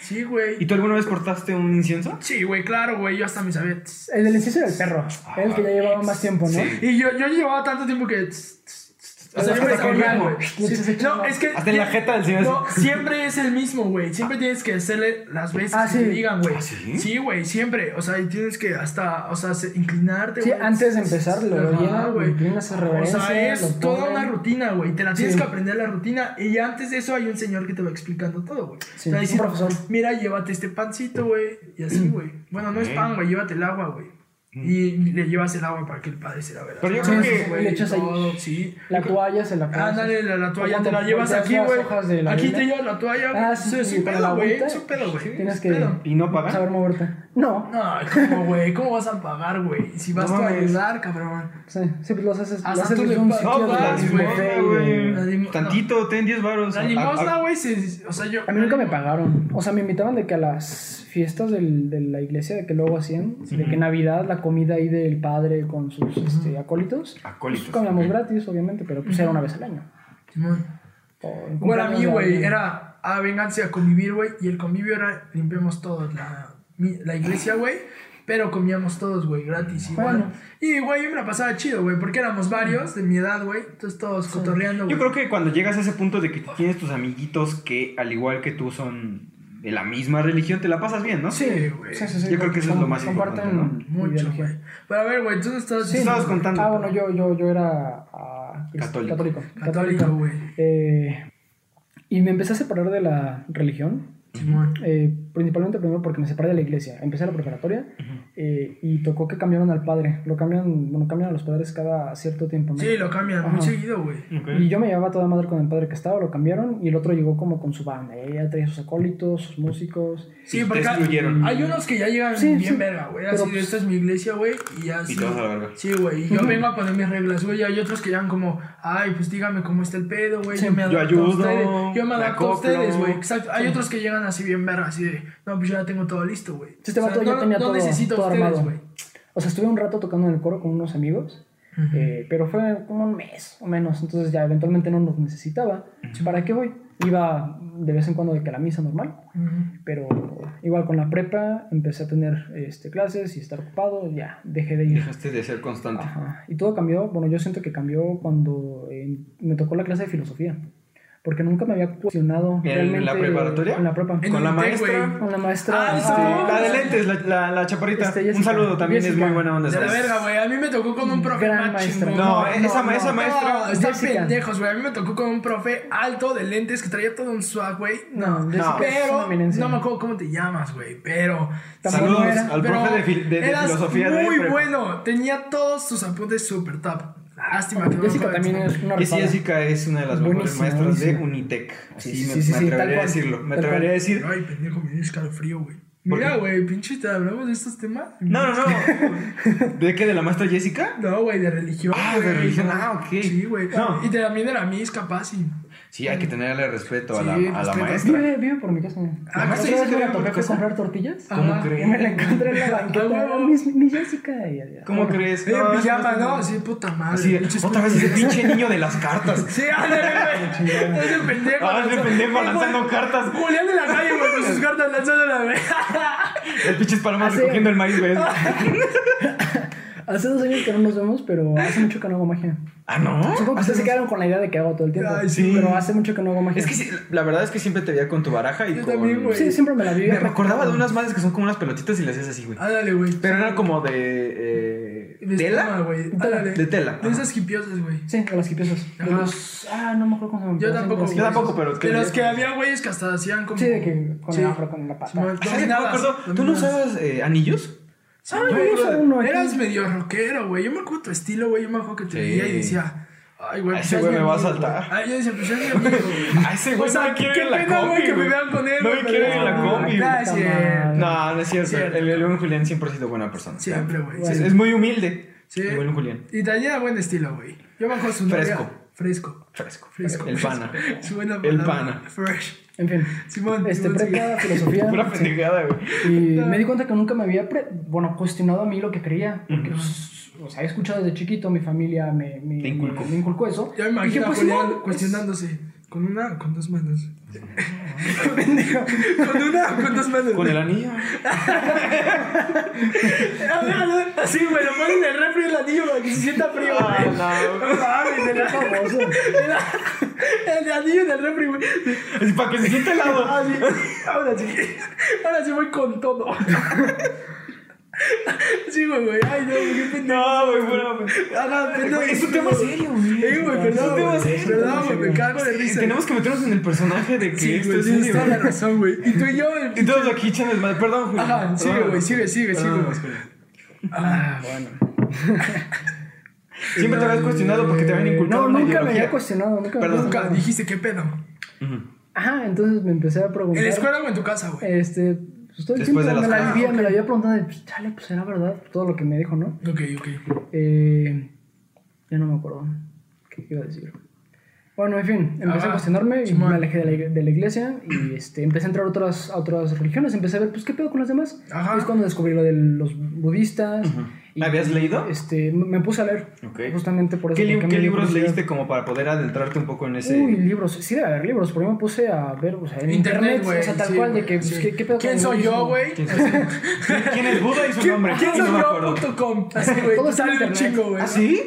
B: Sí,
C: ¿Y
B: güey.
C: tú alguna vez portaste un incienso?
B: Sí, güey, claro, güey. Yo hasta me sabía. tss,
A: El del incienso era el perro. Era el que ya llevaba más tiempo, ¿no?
C: Ah, Sí.
B: Y yo, yo llevaba tanto tiempo que. tss, tss, tss, tss, O sea,
A: Hasta
B: siempre es
A: que
B: el
A: algo.
B: mismo. Sí, sí, No, es que.
C: Hasta en la jeta del señor.
B: No, siempre es el mismo, güey. Siempre tienes que hacerle las veces
A: Ah, sí.
B: que te digan, güey.
C: ¿Ah, sí?
B: Sí, güey, siempre. O sea, y tienes que hasta, o sea, se- inclinarte,
A: Sí,
B: güey.
A: antes de empezar, lo
B: Ajá,
A: llenan, inclinas a
B: O
A: reverencia,
B: sea,
A: lo
B: es toda
A: ponen.
B: una rutina, güey. Te la tienes
A: Sí.
B: que aprender la rutina. Y antes de eso hay un señor que te va explicando todo, güey.
A: Sí,
B: Te va
A: un
B: diciendo,
A: profesor.
B: Mira, llévate este pancito, güey. Y así, güey. Bueno, no es
C: Ok. Mm.
B: pan, güey. Llévate el agua, güey. Y le llevas el agua para que el padre se la vea.
C: Pero yo
B: Ah,
C: creo
B: sí,
C: que-
B: güey,
A: le echas ahí.
B: todo, Sí.
A: La toalla se la pones.
B: Ándale, la, la toalla
A: O
B: te la
A: cuando
B: llevas
A: volteas
B: aquí,
A: las
B: güey.
A: hojas de la
B: Aquí
A: Biblia.
B: te llevas la toalla, güey.
A: Ah,
B: Eso
A: sí,
B: es
A: sí,
B: un
A: con
B: pedo,
A: la
B: güey.
A: agüita.
B: Es un pedo, güey.
A: Tienes
B: es
A: que
B: pedo.
C: ¿Y no pagan?
A: saber moverte. No.
B: No, ¿cómo, güey? ¿Cómo vas a pagar, güey? Si vas
C: No
B: tú a
C: mames.
B: ayudar, cabrón.
A: Sí, sí, pues lo haces, lo
B: Hasta
A: haces
B: tú
A: desde
B: le
A: un
B: pagas.
A: sitio de
B: No, vas, güey,
A: buffet,
C: pues, güey.
A: güey.
B: La lim-
C: Tantito, ten 10 varos.
B: La
C: A- a-
B: limosna, güey, se- o sea, yo...
A: A mí nunca me pagaron. O sea, me invitaban de que a las fiestas del- de la iglesia, de que luego hacían, de que Navidad, la comida ahí del padre con sus este, acólitos.
C: Acólitos,
A: Pues comíamos
C: ok.
A: gratis, obviamente, pero pues era una vez al año.
B: Simón.
A: O en
B: Bueno, a
A: cumpleaños
B: mí,
A: de
B: güey,
A: alguien.
B: era a venganse a convivir, güey. Y el convivio era limpiamos todos la, mi- la iglesia, güey. Pero comíamos todos, güey, gratis igual.
A: Bueno.
B: Y, güey, me la pasaba chido, güey, porque éramos varios de mi edad, güey. Entonces todos cotorreando, güey.
C: Yo creo que cuando llegas a ese punto de que tienes tus amiguitos que, al igual que tú, son de la misma religión, te la pasas bien, ¿no?
B: Sí, güey.
A: Sí, sí, sí,
C: Yo creo que eso es lo más
A: comparten
C: importante,
B: Mucho,
A: ideología.
B: güey. Pero a ver, güey, tú no estabas...
A: Sí.
C: Estabas contando.
A: Ah, bueno, yo, yo, yo era ah,
C: Católico.
A: católico.
B: Católico, güey.
A: Eh, y me empecé a separar de la religión,
B: Simón.
A: eh, principalmente primero porque me separé de la iglesia. Empecé la preparatoria eh, y tocó que cambiaron al padre. Lo cambian, bueno, cambian a los padres cada cierto tiempo. ¿no?
B: Sí, lo cambian muy
A: Ajá.
B: seguido, güey.
C: Ok.
A: Y yo me llevaba toda madre con el padre que estaba, lo cambiaron y el otro llegó como con su banda. Ella traía sus acólitos, sus músicos.
C: Y
B: Sí,
C: te
B: porque
C: excluyeron.
B: hay unos que ya llegan
A: Sí,
B: bien
A: sí.
B: verga, güey.
A: Pero,
B: Así, de,
A: pues,
B: esta es mi iglesia, güey, y ya
C: Y
B: sí.
C: te vas a la verga.
B: Sí, güey, y yo vengo a poner mis reglas, güey. Hay otros que llegan como, ay, pues dígame cómo está el pedo, güey.
A: Sí,
B: yo me
C: yo
B: adapto
C: ayudo,
B: a ustedes. Yo me
C: me
B: adapto a
C: acoplo.
B: ustedes, güey. Exacto. Hay otros que llegan así bien verga, así de, no, pues yo ya tengo todo listo, güey.
A: Este vato ya
B: no,
A: tenía
B: no
A: todo-
B: necesito
A: todo
B: a ustedes,
A: armado.
B: güey.
A: O sea, estuve un rato tocando en el coro con unos amigos,
B: Ujú.
A: eh, pero fue como un mes o menos. Entonces ya eventualmente no los necesitaba. ¿Para qué voy? Iba de vez en cuando de que a la misa normal.
B: Ujú.
A: pero igual con la prepa empecé a tener este, clases y estar ocupado, ya dejé de ir.
C: Dejaste de ser constante.
A: Ajá. Y todo cambió, bueno, yo siento que cambió cuando eh, me tocó la clase de filosofía, porque nunca me había cuestionado
C: ¿En la
A: realmente-
C: preparatoria?
A: En la prepa.
B: En
C: Con la
B: el TEC,
C: maestra.
B: güey.
A: Con la maestra.
B: Ah,
C: Este,
B: Ah,
C: la de
B: sí.
C: lentes, la, la, la chaparrita.
A: Este,
C: un
A: Jessica.
C: saludo también, es
A: Jessica.
C: muy buena onda.
B: De la
C: ¿sabes?
B: verga, güey. A mí me tocó con un profe
A: Gran
B: más
A: maestra.
B: chingón.
C: No, esa ma- esa maestra-
B: No, está
A: Jessica.
B: pendejos, güey. A mí me tocó con un profe alto de lentes que traía todo un swag, güey.
A: no, Jessica
C: No.
A: es una
B: Pero,
A: eminencia.
B: no me acuerdo cómo te llamas, güey, pero...
A: Tampoco
C: Saludos
A: era,
C: al
B: pero
C: profe de, fil- de- de
B: eras
C: filosofía de
B: muy
C: prepa.
B: bueno, tenía todos sus apuntes super top. Lástima que no me
A: Jessica
B: acuerdo
A: también
B: de su
A: es una
C: Y sí,
A: rifada.
C: Jessica es una de las mejores
A: Buenísima,
C: maestras de
A: buenísima.
C: Unitec. Así
A: Sí, sí,
C: me,
A: sí,
C: me
A: sí, tal
C: atrevería a
A: cual.
C: decirlo. Me
A: Tal
C: atrevería a
A: cual.
C: decir.
B: nombre. Ay, pendejo, me dio escalofrío, güey.
C: ¿Por
B: Mira,
C: qué?
B: güey, pinche, ¿te hablamos de estos temas?
C: No, no, no. ¿De qué? ¿De la maestra Jessica?
B: No, güey, de religión.
C: Ah, de
B: güey,
C: religión,
B: no.
C: ah, ok.
B: Sí, güey.
C: No.
B: Y de- también de la mis, capaz, y...
C: Sí, hay que tenerle respeto a
B: Mm. Sí,
C: la, a la
B: respeto.
C: maestra.
A: Vive, vive por mi casa.
B: Ah,
A: La
B: sí,
A: otra vez me
B: sí, vive
A: la topé,
B: por tu
A: fui a
B: casa.
A: comprar tortillas
C: ¿Cómo
B: Ajá.
A: y
C: crees?
A: me la encontré en la banqueta.
B: Ah,
A: mi, mi Jessica. y ya-
C: ¿Cómo crees?
B: Eh,
C: No,
B: pijama,
C: no,
B: ¿no? Así, puta madre.
C: Así,
B: pinches
C: otra vez ese pinche niño de las cartas.
B: Sí, ándale, güey. Es el pendejo.
C: Ah, es el
B: lanzando-
C: pendejo
B: Eh,
C: lanzando cartas.
B: Julián de la calle, güey, con sus cartas lanzando la vez.
C: El pinche palomas
A: Así.
C: recogiendo el maíz, güey.
A: Hace dos años que no nos vemos, pero hace mucho que no hago magia.
C: Ah, no.
A: Supongo que ustedes se quedaron con la idea de que hago todo el tiempo.
B: Ay,
C: sí.
A: Pero hace mucho que no hago magia.
C: Es que sí, la verdad es que siempre te veía con tu baraja y
B: Yo
C: con-
B: también, güey.
A: Sí, siempre me la
C: Me
A: vivía.
C: acordaba de unas madres que son como unas pelotitas y las hacías así, güey.
B: Ándale, güey.
C: Pero era como de. eh,
B: Ah, De espuma,
C: ¿Tela?
B: güey.
A: Tela.
B: Ándale.
C: De tela.
B: De esas hipiosas, güey.
A: Sí, de las quipiosas. De
B: Ajá.
A: los... Ah, no me acuerdo cómo se llaman,
B: Yo
A: pero sí, de las
B: tampoco, güey.
C: pues, Yo tampoco,
B: De
C: pero
B: las que había güeyes que hasta hacían como.
A: Sí, de que con
B: Sí.
A: el afro, con la pata.
B: Simón.
C: Ah, ¿sabes? No me acuerdo. ¿Tú no
B: Dominadas.
C: usabas eh, anillos?
B: Sí,
A: Ah,
B: yo
A: yo
B: me acuerdo
A: usaba
B: de-
A: uno aquí.
B: Eras medio rockero, güey. Yo me acuerdo tu estilo, güey. Yo me acuerdo que te
C: Sí.
B: veía y decía. Ay, güey,
C: A
B: pues
C: ese
B: es
C: güey
B: mi
C: me va a
B: amigo,
C: saltar.
B: güey. Ay, yo decía, pues es mi amigo, güey.
C: A Ah, ese güey
B: O sea,
C: no me quiere
B: qué
C: en la
B: pena, güey,
C: combi,
B: que me
C: güey.
B: vean con él,
C: No
B: güey,
C: me quiere
B: pero-
C: en la
B: Ah,
C: combi, güey.
A: Puta
B: sí.
A: madre.
C: No, no es cierto.
B: Cierto.
C: El León Julián siempre ha sido buena persona.
B: Siempre, güey.
C: Es,
B: Sí.
C: es muy humilde.
B: Sí.
C: El León Julián.
B: Y tenía buen estilo, güey. Yo me acuerdo su novia-
C: Fresco.
B: Fresco.
C: Fresco.
B: Fresco.
C: El pana.
B: Su buena
C: El
B: palabra.
C: pana.
B: Fresh.
A: En fin.
B: Simón,
A: Este,
B: Simón,
A: prepa, filosofía.
C: Pura pendejada, güey.
A: Y me di cuenta que nunca me había, pre- bueno, cuestionado a mí lo que creía. Porque, pues, o sea, he escuchado desde chiquito, mi familia me, me,
C: Te inculcó.
A: me, me inculcó eso.
B: Ya me
A: Y dije,
B: imagino a
A: pues,
B: Julián
A: no, pues,
B: cuestionándose. Con una o con dos manos. con una o con dos manos.
C: Con el anillo.
B: A ver, a ver, Sí, güey, lo ponen en el refri el anillo para que se sienta frío,
C: Ah,
B: güey. No mames, el,
A: Famoso.
B: el, el anillo en el refri, güey.
C: Es para que se sienta helado.
B: Ah, sí. Ahora sí. Ahora sí voy con todo. Sí, güey, güey. Ay, no, qué pendejo.
C: No, güey, bueno, güey.
B: Ah, no, pendejo.
C: Es un tema serio, güey.
B: Eh, güey,
C: Es un
B: perdón,
C: tema
B: güey.
C: serio.
B: Perdón, güey, me cago de
C: Sí,
B: risa.
C: Tenemos que meternos en el personaje de que
B: Sí,
C: esto
B: güey,
C: es un
B: tienes toda la
C: libro.
B: razón, güey. Y tú y yo... el-
C: Y todos aquí echan el mal. Perdón, Julio.
B: Ajá, sigue,
C: Perdón.
B: güey, sigue, sigue, sigue,
C: Perdón,
B: güey.
C: Julio.
B: Ah, bueno.
C: Siempre te habías cuestionado porque te habían inculcado
A: No,
C: una
A: nunca me
C: ideología.
A: había cuestionado. Nunca me había
C: Perdón.
B: Nunca
A: cuestionado.
B: dijiste qué pedo.
C: Ujú.
A: Ajá, entonces me empecé a preguntar.
B: ¿En la escuela o en tu casa, güey?
A: Este, pues todo el
C: Después
A: tiempo
C: de la
A: me la
C: escuela.
A: vivía,
B: Ah,
A: me la había preguntado. y, Pues, chale, pues era verdad todo lo que me dijo, ¿no?
B: Ok, ok.
A: Eh, ya no me acuerdo qué iba a decir. Bueno, en fin, empecé
B: Ah,
A: a cuestionarme y
B: Simón.
A: me alejé de la, ig- de la iglesia y este, empecé a entrar a otras, a otras religiones. Empecé a ver, pues, qué pedo con las demás.
B: Ajá.
A: Y Es cuando descubrí lo de los budistas.
C: Ujú.
A: y-
C: ¿Habías leído?
A: Este, me me puse a leer.
C: Ok.
A: Justamente por eso.
C: ¿Qué, li-
A: porque me
C: qué
A: dio
C: libros
A: curiosidad.
C: leíste como para poder adentrarte un poco en ese...?
A: Uy, libros. Sí, debe haber libros, pero yo me puse a ver, o sea, en
B: Internet, güey.
A: O sea, tal
B: sí,
A: cual,
B: güey,
A: de que, pues,
B: sí.
A: ¿qué, qué pedo con
B: ¿Quién
A: el
B: soy yo,
A: budismo?
B: güey?
C: ¿Quién soy- ¿Quién- quién es Buda y su nombre?
B: ¿Quién
C: No
B: soy
C: me acuerdo.
B: yo.com? Así, güey.
A: Todo
B: Todo
A: está en
B: sale un
A: internet.
B: chico, güey.
C: ¿Ah, sí?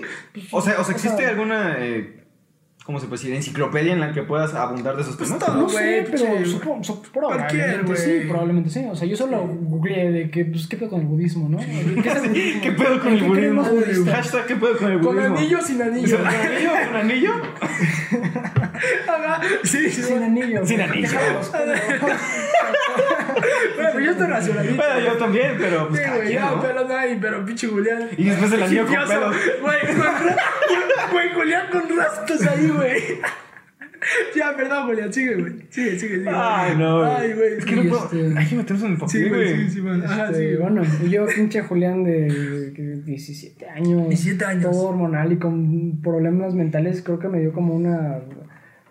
C: O sea, o sea
A: sea-
C: ¿existe alguna, eh, cómo se puede decir, enciclopedia en la que puedas abundar de esos
B: Pues
C: temas?
B: todo.
A: No
B: güey,
A: sé,
B: pinche-
A: pero supongo, so-
B: Cualquier,
A: probablemente
B: güey.
A: sí, probablemente sí. O sea, yo solo googleé de que, pues, ¿qué pedo con el budismo, no? ¿Qué, es el budismo?
C: ¿Qué pedo con
A: ¿En
C: el
A: qué creen
C: budismo?
A: los budistas?
C: Hashtag, ¿qué pedo con el
B: Con
C: budismo?
B: anillo o sin anillo.
C: ¿Con anillo? ¿Con anillo?
B: Ajá. Sí, sí.
A: Sin
B: güey.
A: anillo.
C: Sin
A: güey.
C: anillo.
A: Dejados,
B: Güey, pero pues, yo estoy racionalista.
C: Bueno, yo también, pero... pues,
B: Sí,
C: cada
B: güey,
C: quien,
B: ya,
C: ¿no?
B: pelos no hay, pero pinche Julián.
C: Y después el anillo con
B: Hipioso,
C: pelos.
B: Güey, con ra- güey, Julián con rastas ahí, güey. Ya, perdón, Julián, sigue, güey. Sigue, sigue, sigue.
A: Ah,
C: Ay, no, güey.
B: Ay, güey.
C: Es que no
A: Y
C: puedo...
A: este-
C: Hay que meternos en el papel,
B: Sí, güey,
C: güey.
B: sí, sí, man. Ajá,
A: Este,
B: sí.
A: bueno, y yo, pinche Julián de que 17 años,
B: 17 años.
A: todo hormonal y con problemas mentales, creo que me dio como una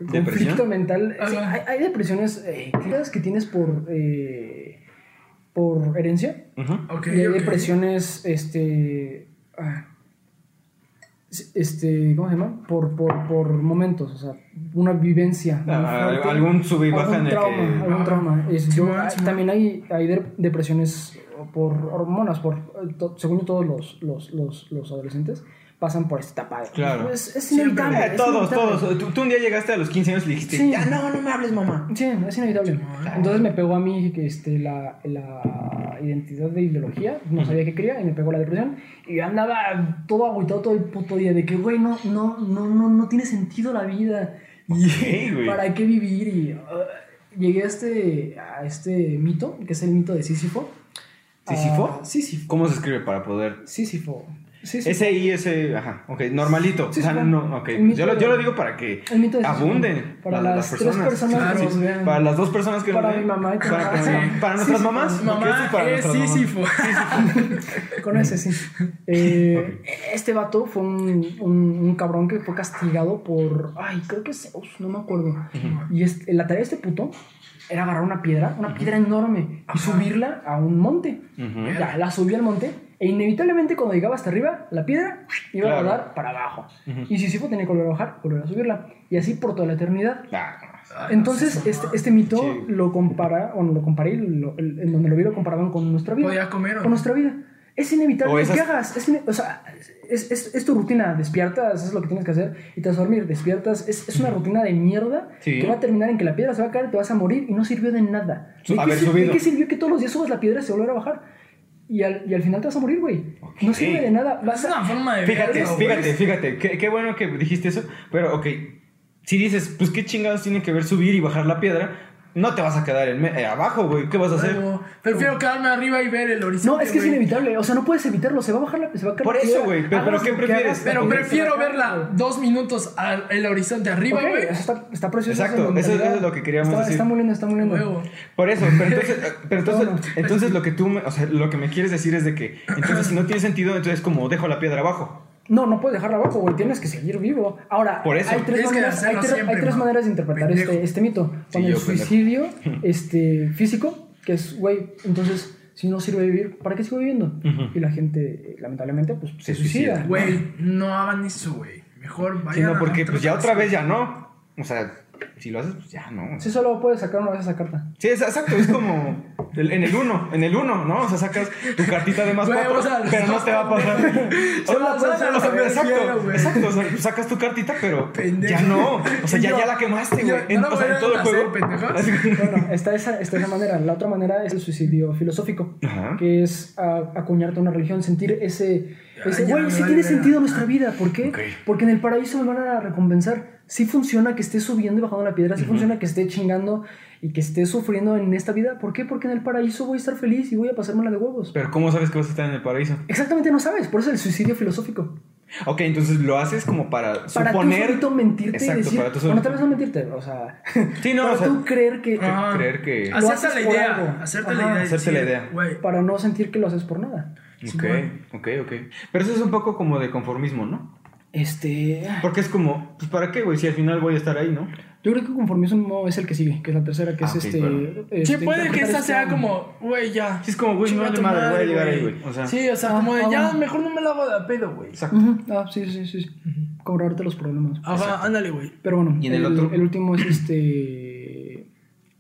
A: un
C: ¿Depresión?
A: conflicto mental. Sí,
B: Ajá.
A: hay, hay depresiones eh, típicas que tienes por eh, por herencia
C: Ujú.
B: Ok,
A: y hay
B: ok.
A: depresiones este ah, s- este cómo se llama por, por, por momentos o sea una vivencia muy
C: Ah,
A: fuerte,
C: algún sub y baja
A: algún
C: en el
A: trauma,
C: que-
A: algún trauma. Es- yo-
B: Simón,
A: ah,
B: Simón.
A: también hay, hay de- depresiones por hormonas, por eh, to- según yo, todos los, los, los, los adolescentes pasan por esta etapa.
C: Claro.
A: Es, es
B: Siempre.
A: inevitable.
C: Eh,
A: es
C: todos,
A: inevitable.
C: todos. Tú, tú un día llegaste a los 15 años y le dijiste,
A: Sí.
C: ya no, no me hables, mamá.
A: Sí, es inevitable. Entonces me pegó a mí que, este, la, la identidad de ideología, no sabía qué quería, y me pegó la depresión. Y yo andaba todo agotado todo el puto día de que, güey, no, no, no, no, no tiene sentido la vida.
C: Yey, güey.
A: ¿Para qué vivir? Y uh, llegué a este, a este mito, que es el mito de Sísifo.
C: ¿Sísifo?
A: Ah, Sísifo.
C: ¿Cómo se escribe para poder?
A: Sísifo. Sísifo.
C: Ese I, ese, ajá, ok, normalito.
A: Sí,
C: O sea,
A: sí,
C: no, ok.
A: el mito
C: Yo lo,
A: de-
C: yo lo digo para que
A: el mito de-
C: abunden.
A: para las tres personas que nos vean.
C: Para las dos personas que
A: Para
C: nos
A: mi
C: vean.
A: mamá y tu
C: para,
A: mamá.
C: para- para
A: Sí,
C: nuestras
A: sí,
C: mamás. porque esto
B: Mamá eh,
C: es
A: Eh,
C: para
B: es
C: nuestras mamás.
B: Sísifo.
A: Con ese sí. Eh, Este vato fue un, un- un cabrón que fue castigado por. Ay, creo que es Zeus, no me acuerdo. Y este- la tarea de este puto era agarrar una piedra, una piedra enorme, y subirla a un monte.
C: Ujú.
A: Ya, la subí al monte e inevitablemente cuando llegaba hasta arriba, la piedra iba
C: Claro.
A: a rodar para abajo.
C: Ujú.
A: Y si Sísifo tenía que volver a bajar, volver a subirla. Y así por toda la eternidad.
C: Ah,
A: Entonces, este, este mito
C: Sí.
A: lo compara, bueno, lo comparé, y lo- el- en donde lo vi lo comparaban con nuestra vida.
B: Podía comer, ¿o
A: Con
B: no?
A: nuestra vida. Es
C: O
A: inevitable
C: esas-
A: que hagas. Es, ine- o sea, es, es- es tu rutina. Despiertas, es lo que tienes que hacer y te vas a dormir. Despiertas, es, es una rutina de mierda
C: Sí.
A: que va a terminar en que la piedra se va a caer, te vas a morir y no sirvió de nada.
C: Su-
A: ¿De,
C: haber
A: qué, sir-
C: subido.
A: de qué sirvió que todos los días subas la piedra y se volviera a bajar? Y al, y al final te vas a morir, güey. No
C: Ok.
A: sirve de nada. Vas
B: Es
A: a-
B: una forma de
C: Fíjate,
B: verlo, güey.
C: fíjate, fíjate. Qué, qué bueno que dijiste eso. Pero, ok. Si dices, pues qué chingados tiene que ver subir y bajar la piedra, no te vas a quedar en me- eh, abajo, güey. ¿Qué vas a hacer?
B: Pero Prefiero quedarme arriba y ver el horizonte.
A: No, es que es
B: güey.
A: inevitable. O sea, no puedes evitarlo. Se va a bajar la. Se va a caer
C: Por
A: la
C: eso,
A: piedra.
C: güey, pero-
A: Hagas
C: pero ¿qué
A: lo que
C: prefieres?
A: hagas, la
B: Pero
A: piedra se va
B: prefiero
A: a caer,
B: verla
A: güey.
B: dos minutos al el horizonte arriba,
A: Ok,
B: güey.
A: eso está, está precioso.
C: Exacto,
A: esa mentalidad.
C: eso- eso es lo que queríamos
A: está,
C: decir.
A: Está muy lindo, está muy lindo.
B: Huevo.
C: Por eso, pero entonces, eh, pero entonces,
A: No, no.
C: entonces lo que tú, me, o sea, lo que me quieres decir es de que, entonces si no tiene sentido, entonces como dejo la piedra abajo.
A: No, no puedes dejarla abajo, güey. Tienes que seguir vivo. Ahora,
C: Por eso.
A: hay tres,
B: Tienes que
A: maneras, hay
B: hacerlo
A: tres,
B: siempre,
A: hay tres
B: ma.
A: maneras de interpretar
B: Pendejo.
A: este, este mito. Con el
C: yo, pendejo.
A: suicidio este, físico, que es, güey, entonces, si no sirve vivir, ¿para qué sigo viviendo?
C: Ujú.
A: Y la gente, eh, lamentablemente, pues se,
C: Se
A: suicida.
C: suicida.
B: Güey, no hagan eso, güey. Mejor vayan.
C: Sino
B: a
C: porque pues ya otra vez ya no. O sea, si lo haces, pues ya no.
A: Si solo puedes sacar una vez esa carta.
C: Sí, es- exacto, es como, Del- en el 1, en el 1, ¿no? O sea, sacas tu cartita de más
B: Güey,
C: 4,
B: o sea,
C: pero no te va a pasar.
B: Se
C: O sea,
B: la pasan a la
C: o sea,
B: verga,
C: exacto,
B: güey.
C: exacto. o sea, sacas tu cartita, pero
B: Pendejo.
C: ya no. O sea, ya,
B: Yo-
C: ya la quemaste,
B: yo-
C: güey. En,
B: no la
C: o sea,
B: voy
C: en
B: a
C: todo el
B: hacer,
C: juego.
B: pendejo.
A: Bueno, está esa, está esa manera. La otra manera es el suicidio filosófico,
C: Ajá.
A: que es a- acuñarte a una religión, sentir ese, ese
B: ya,
A: güey,
B: me
A: sí
B: vale
A: tiene
B: verga".
A: sentido nuestra vida. ¿Por qué?
C: Ok.
A: Porque en el paraíso me van a recompensar. Sí funciona que estés subiendo y bajando la piedra, sí funciona que esté chingando y que esté sufriendo en esta vida. ¿Por qué? Porque en el paraíso voy a estar feliz y voy a pasármela de huevos.
C: Pero ¿cómo sabes que vas a estar en el paraíso?
A: Exactamente no sabes, por eso el suicidio filosófico.
C: Ok, entonces lo haces como para,
A: Para
C: suponer.
A: tú solito mentirte
C: Exacto,
A: y decir,
C: para tú
A: bueno,
C: solito.
A: tal vez no mentirte, o sea,
C: Sí, no,
A: para
C: o sea,
A: tú creer que
B: Ajá.
C: creer que.
A: Ah, Lo
B: Hacerte
A: haces
B: la
A: por
B: idea.
A: algo. Este,
B: Hacerte la
A: Ajá.
B: idea. y
C: Hacerte la
B: decir,
C: idea.
B: Güey,
A: para no sentir que lo haces por nada.
C: Ok, ok, ok. Pero eso es un poco como de conformismo, ¿no?
A: Este,
C: Porque es como, pues ¿para qué, güey? Si al final voy a estar ahí, ¿no?
A: Yo creo que conformismo es el que sigue, que es la tercera, que
C: Ah,
A: es
C: ok,
A: este,
C: claro.
A: este,
B: Sí, puede que
A: interpretar
B: esta
A: este
B: sea
A: álbum.
B: como, güey, ya.
C: Sí, es como, güey, me
B: Chinga
C: vale
B: tu
C: madre, voy a
B: madre,
C: llegar ahí, güey. O sea.
B: sí, o sea,
A: Ah,
B: como de, ya,
A: ah.
B: mejor no me la hago de a pedo, güey.
C: Exacto.
A: Ujú, Ah, sí, sí, sí, sí. Cobrarte los problemas.
B: Ajá, ándale, güey.
A: Pero bueno,
C: ¿Y en el otro?
A: último es este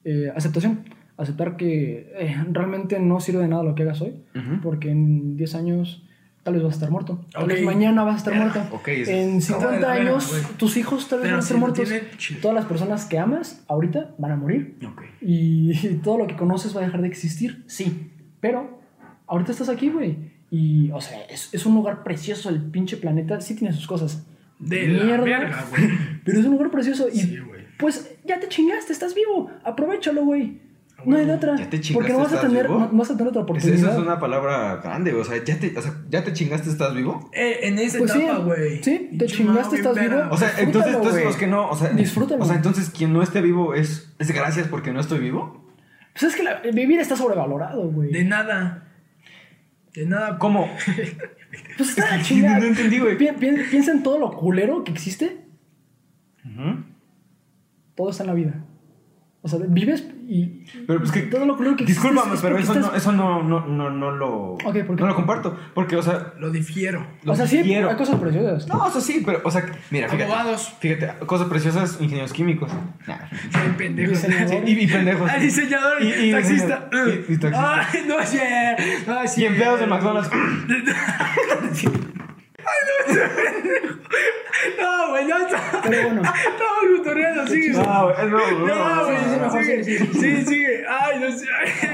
A: eh, aceptación. Aceptar que eh, realmente no sirve de nada lo que hagas hoy,
C: Ujú.
A: porque en 10 años tal vez vas a estar muerto. Tal vez
B: Ok. Ah,
A: mañana vas a estar muerto.
C: ok, eso
A: en
C: está
A: 50
B: bueno.
A: años
B: Bueno, güey.
A: tus hijos tal vez
B: Pero
A: van a
B: si
A: ser
B: lo
A: muertos.
B: tienen, chido.
A: Todas las personas que amas ahorita van a morir.
C: Ok.
A: y, todo lo que conoces va a dejar de existir, sí. Pero ahorita estás aquí, güey. Y, o sea, es, es un lugar precioso, el pinche planeta. Sí tiene sus cosas.
B: De la verga, güey.
A: Pero es un lugar precioso. Y,
B: Sí, güey.
A: pues, ya te chingaste, estás vivo. Aprovechalo, güey.
B: Ah,
A: No hay de otra.
C: Ya te chingaste,
A: Porque no vas a
C: ¿estás
A: tener,
C: vivo?
A: no, no vas a tener otra
C: Es-
A: oportunidad.
C: Esa es una palabra grande, o sea, ya te, o sea, ¿ya te chingaste, estás vivo.
B: Eh, en esa
A: Pues sí,
B: etapa, güey.
A: sí, te
B: Pinche
A: chingaste,
B: madre,
A: estás
B: verga,
A: vivo.
C: O sea,
A: Disfrútalo,
C: entonces, entonces
A: güey.
C: los que no, o sea,
A: Disfrútalo.
C: O sea, entonces quien no esté vivo es, es gracias porque no estoy vivo.
A: Pues es que la- vivir está sobrevalorado, güey.
B: De nada. De nada.
C: ¿Cómo?
A: Pues está de la
C: no
A: chingada.
C: entendí, güey.
A: Pi- pi- Piensa en todo lo culero que existe
C: Ujú.
A: todo está en la vida. O sea, vives y.
C: Pero pues que.
A: Todo lo culero que
C: Discúlpame,
A: existes es
C: pero
A: porque
C: eso,
A: estás-
C: no, eso no, no, no, no lo.
A: Ok, ¿por qué?
C: No lo comparto. Porque, o sea.
B: Lo difiero.
A: O sea, sí,
C: quiero.
A: hay cosas preciosas.
C: No, o sea, sí, pero, o sea, mira, fíjate.
B: Abogados.
C: Fíjate, cosas preciosas, ingenieros químicos. Nah.
B: Soy pendejo.
A: Diseñador.
C: Y, y pendejos.
B: Ah, diseñador y,
C: Y- y-
B: taxista. Ah,
C: y- y taxista.
B: Ay, no es cierto, No es
C: Y
B: cierto.
C: empleados de McDonald's.
B: No, güey, no está.
A: Pero bueno,
B: No, Gutorreano, sigue.
C: No, güey, no, güey,
B: No,
C: no,
B: güey,
C: no,
A: sí,
C: no.
A: mejor
B: sigue,
A: sí,
B: sigue, sigue, sigue. Ay, no sé,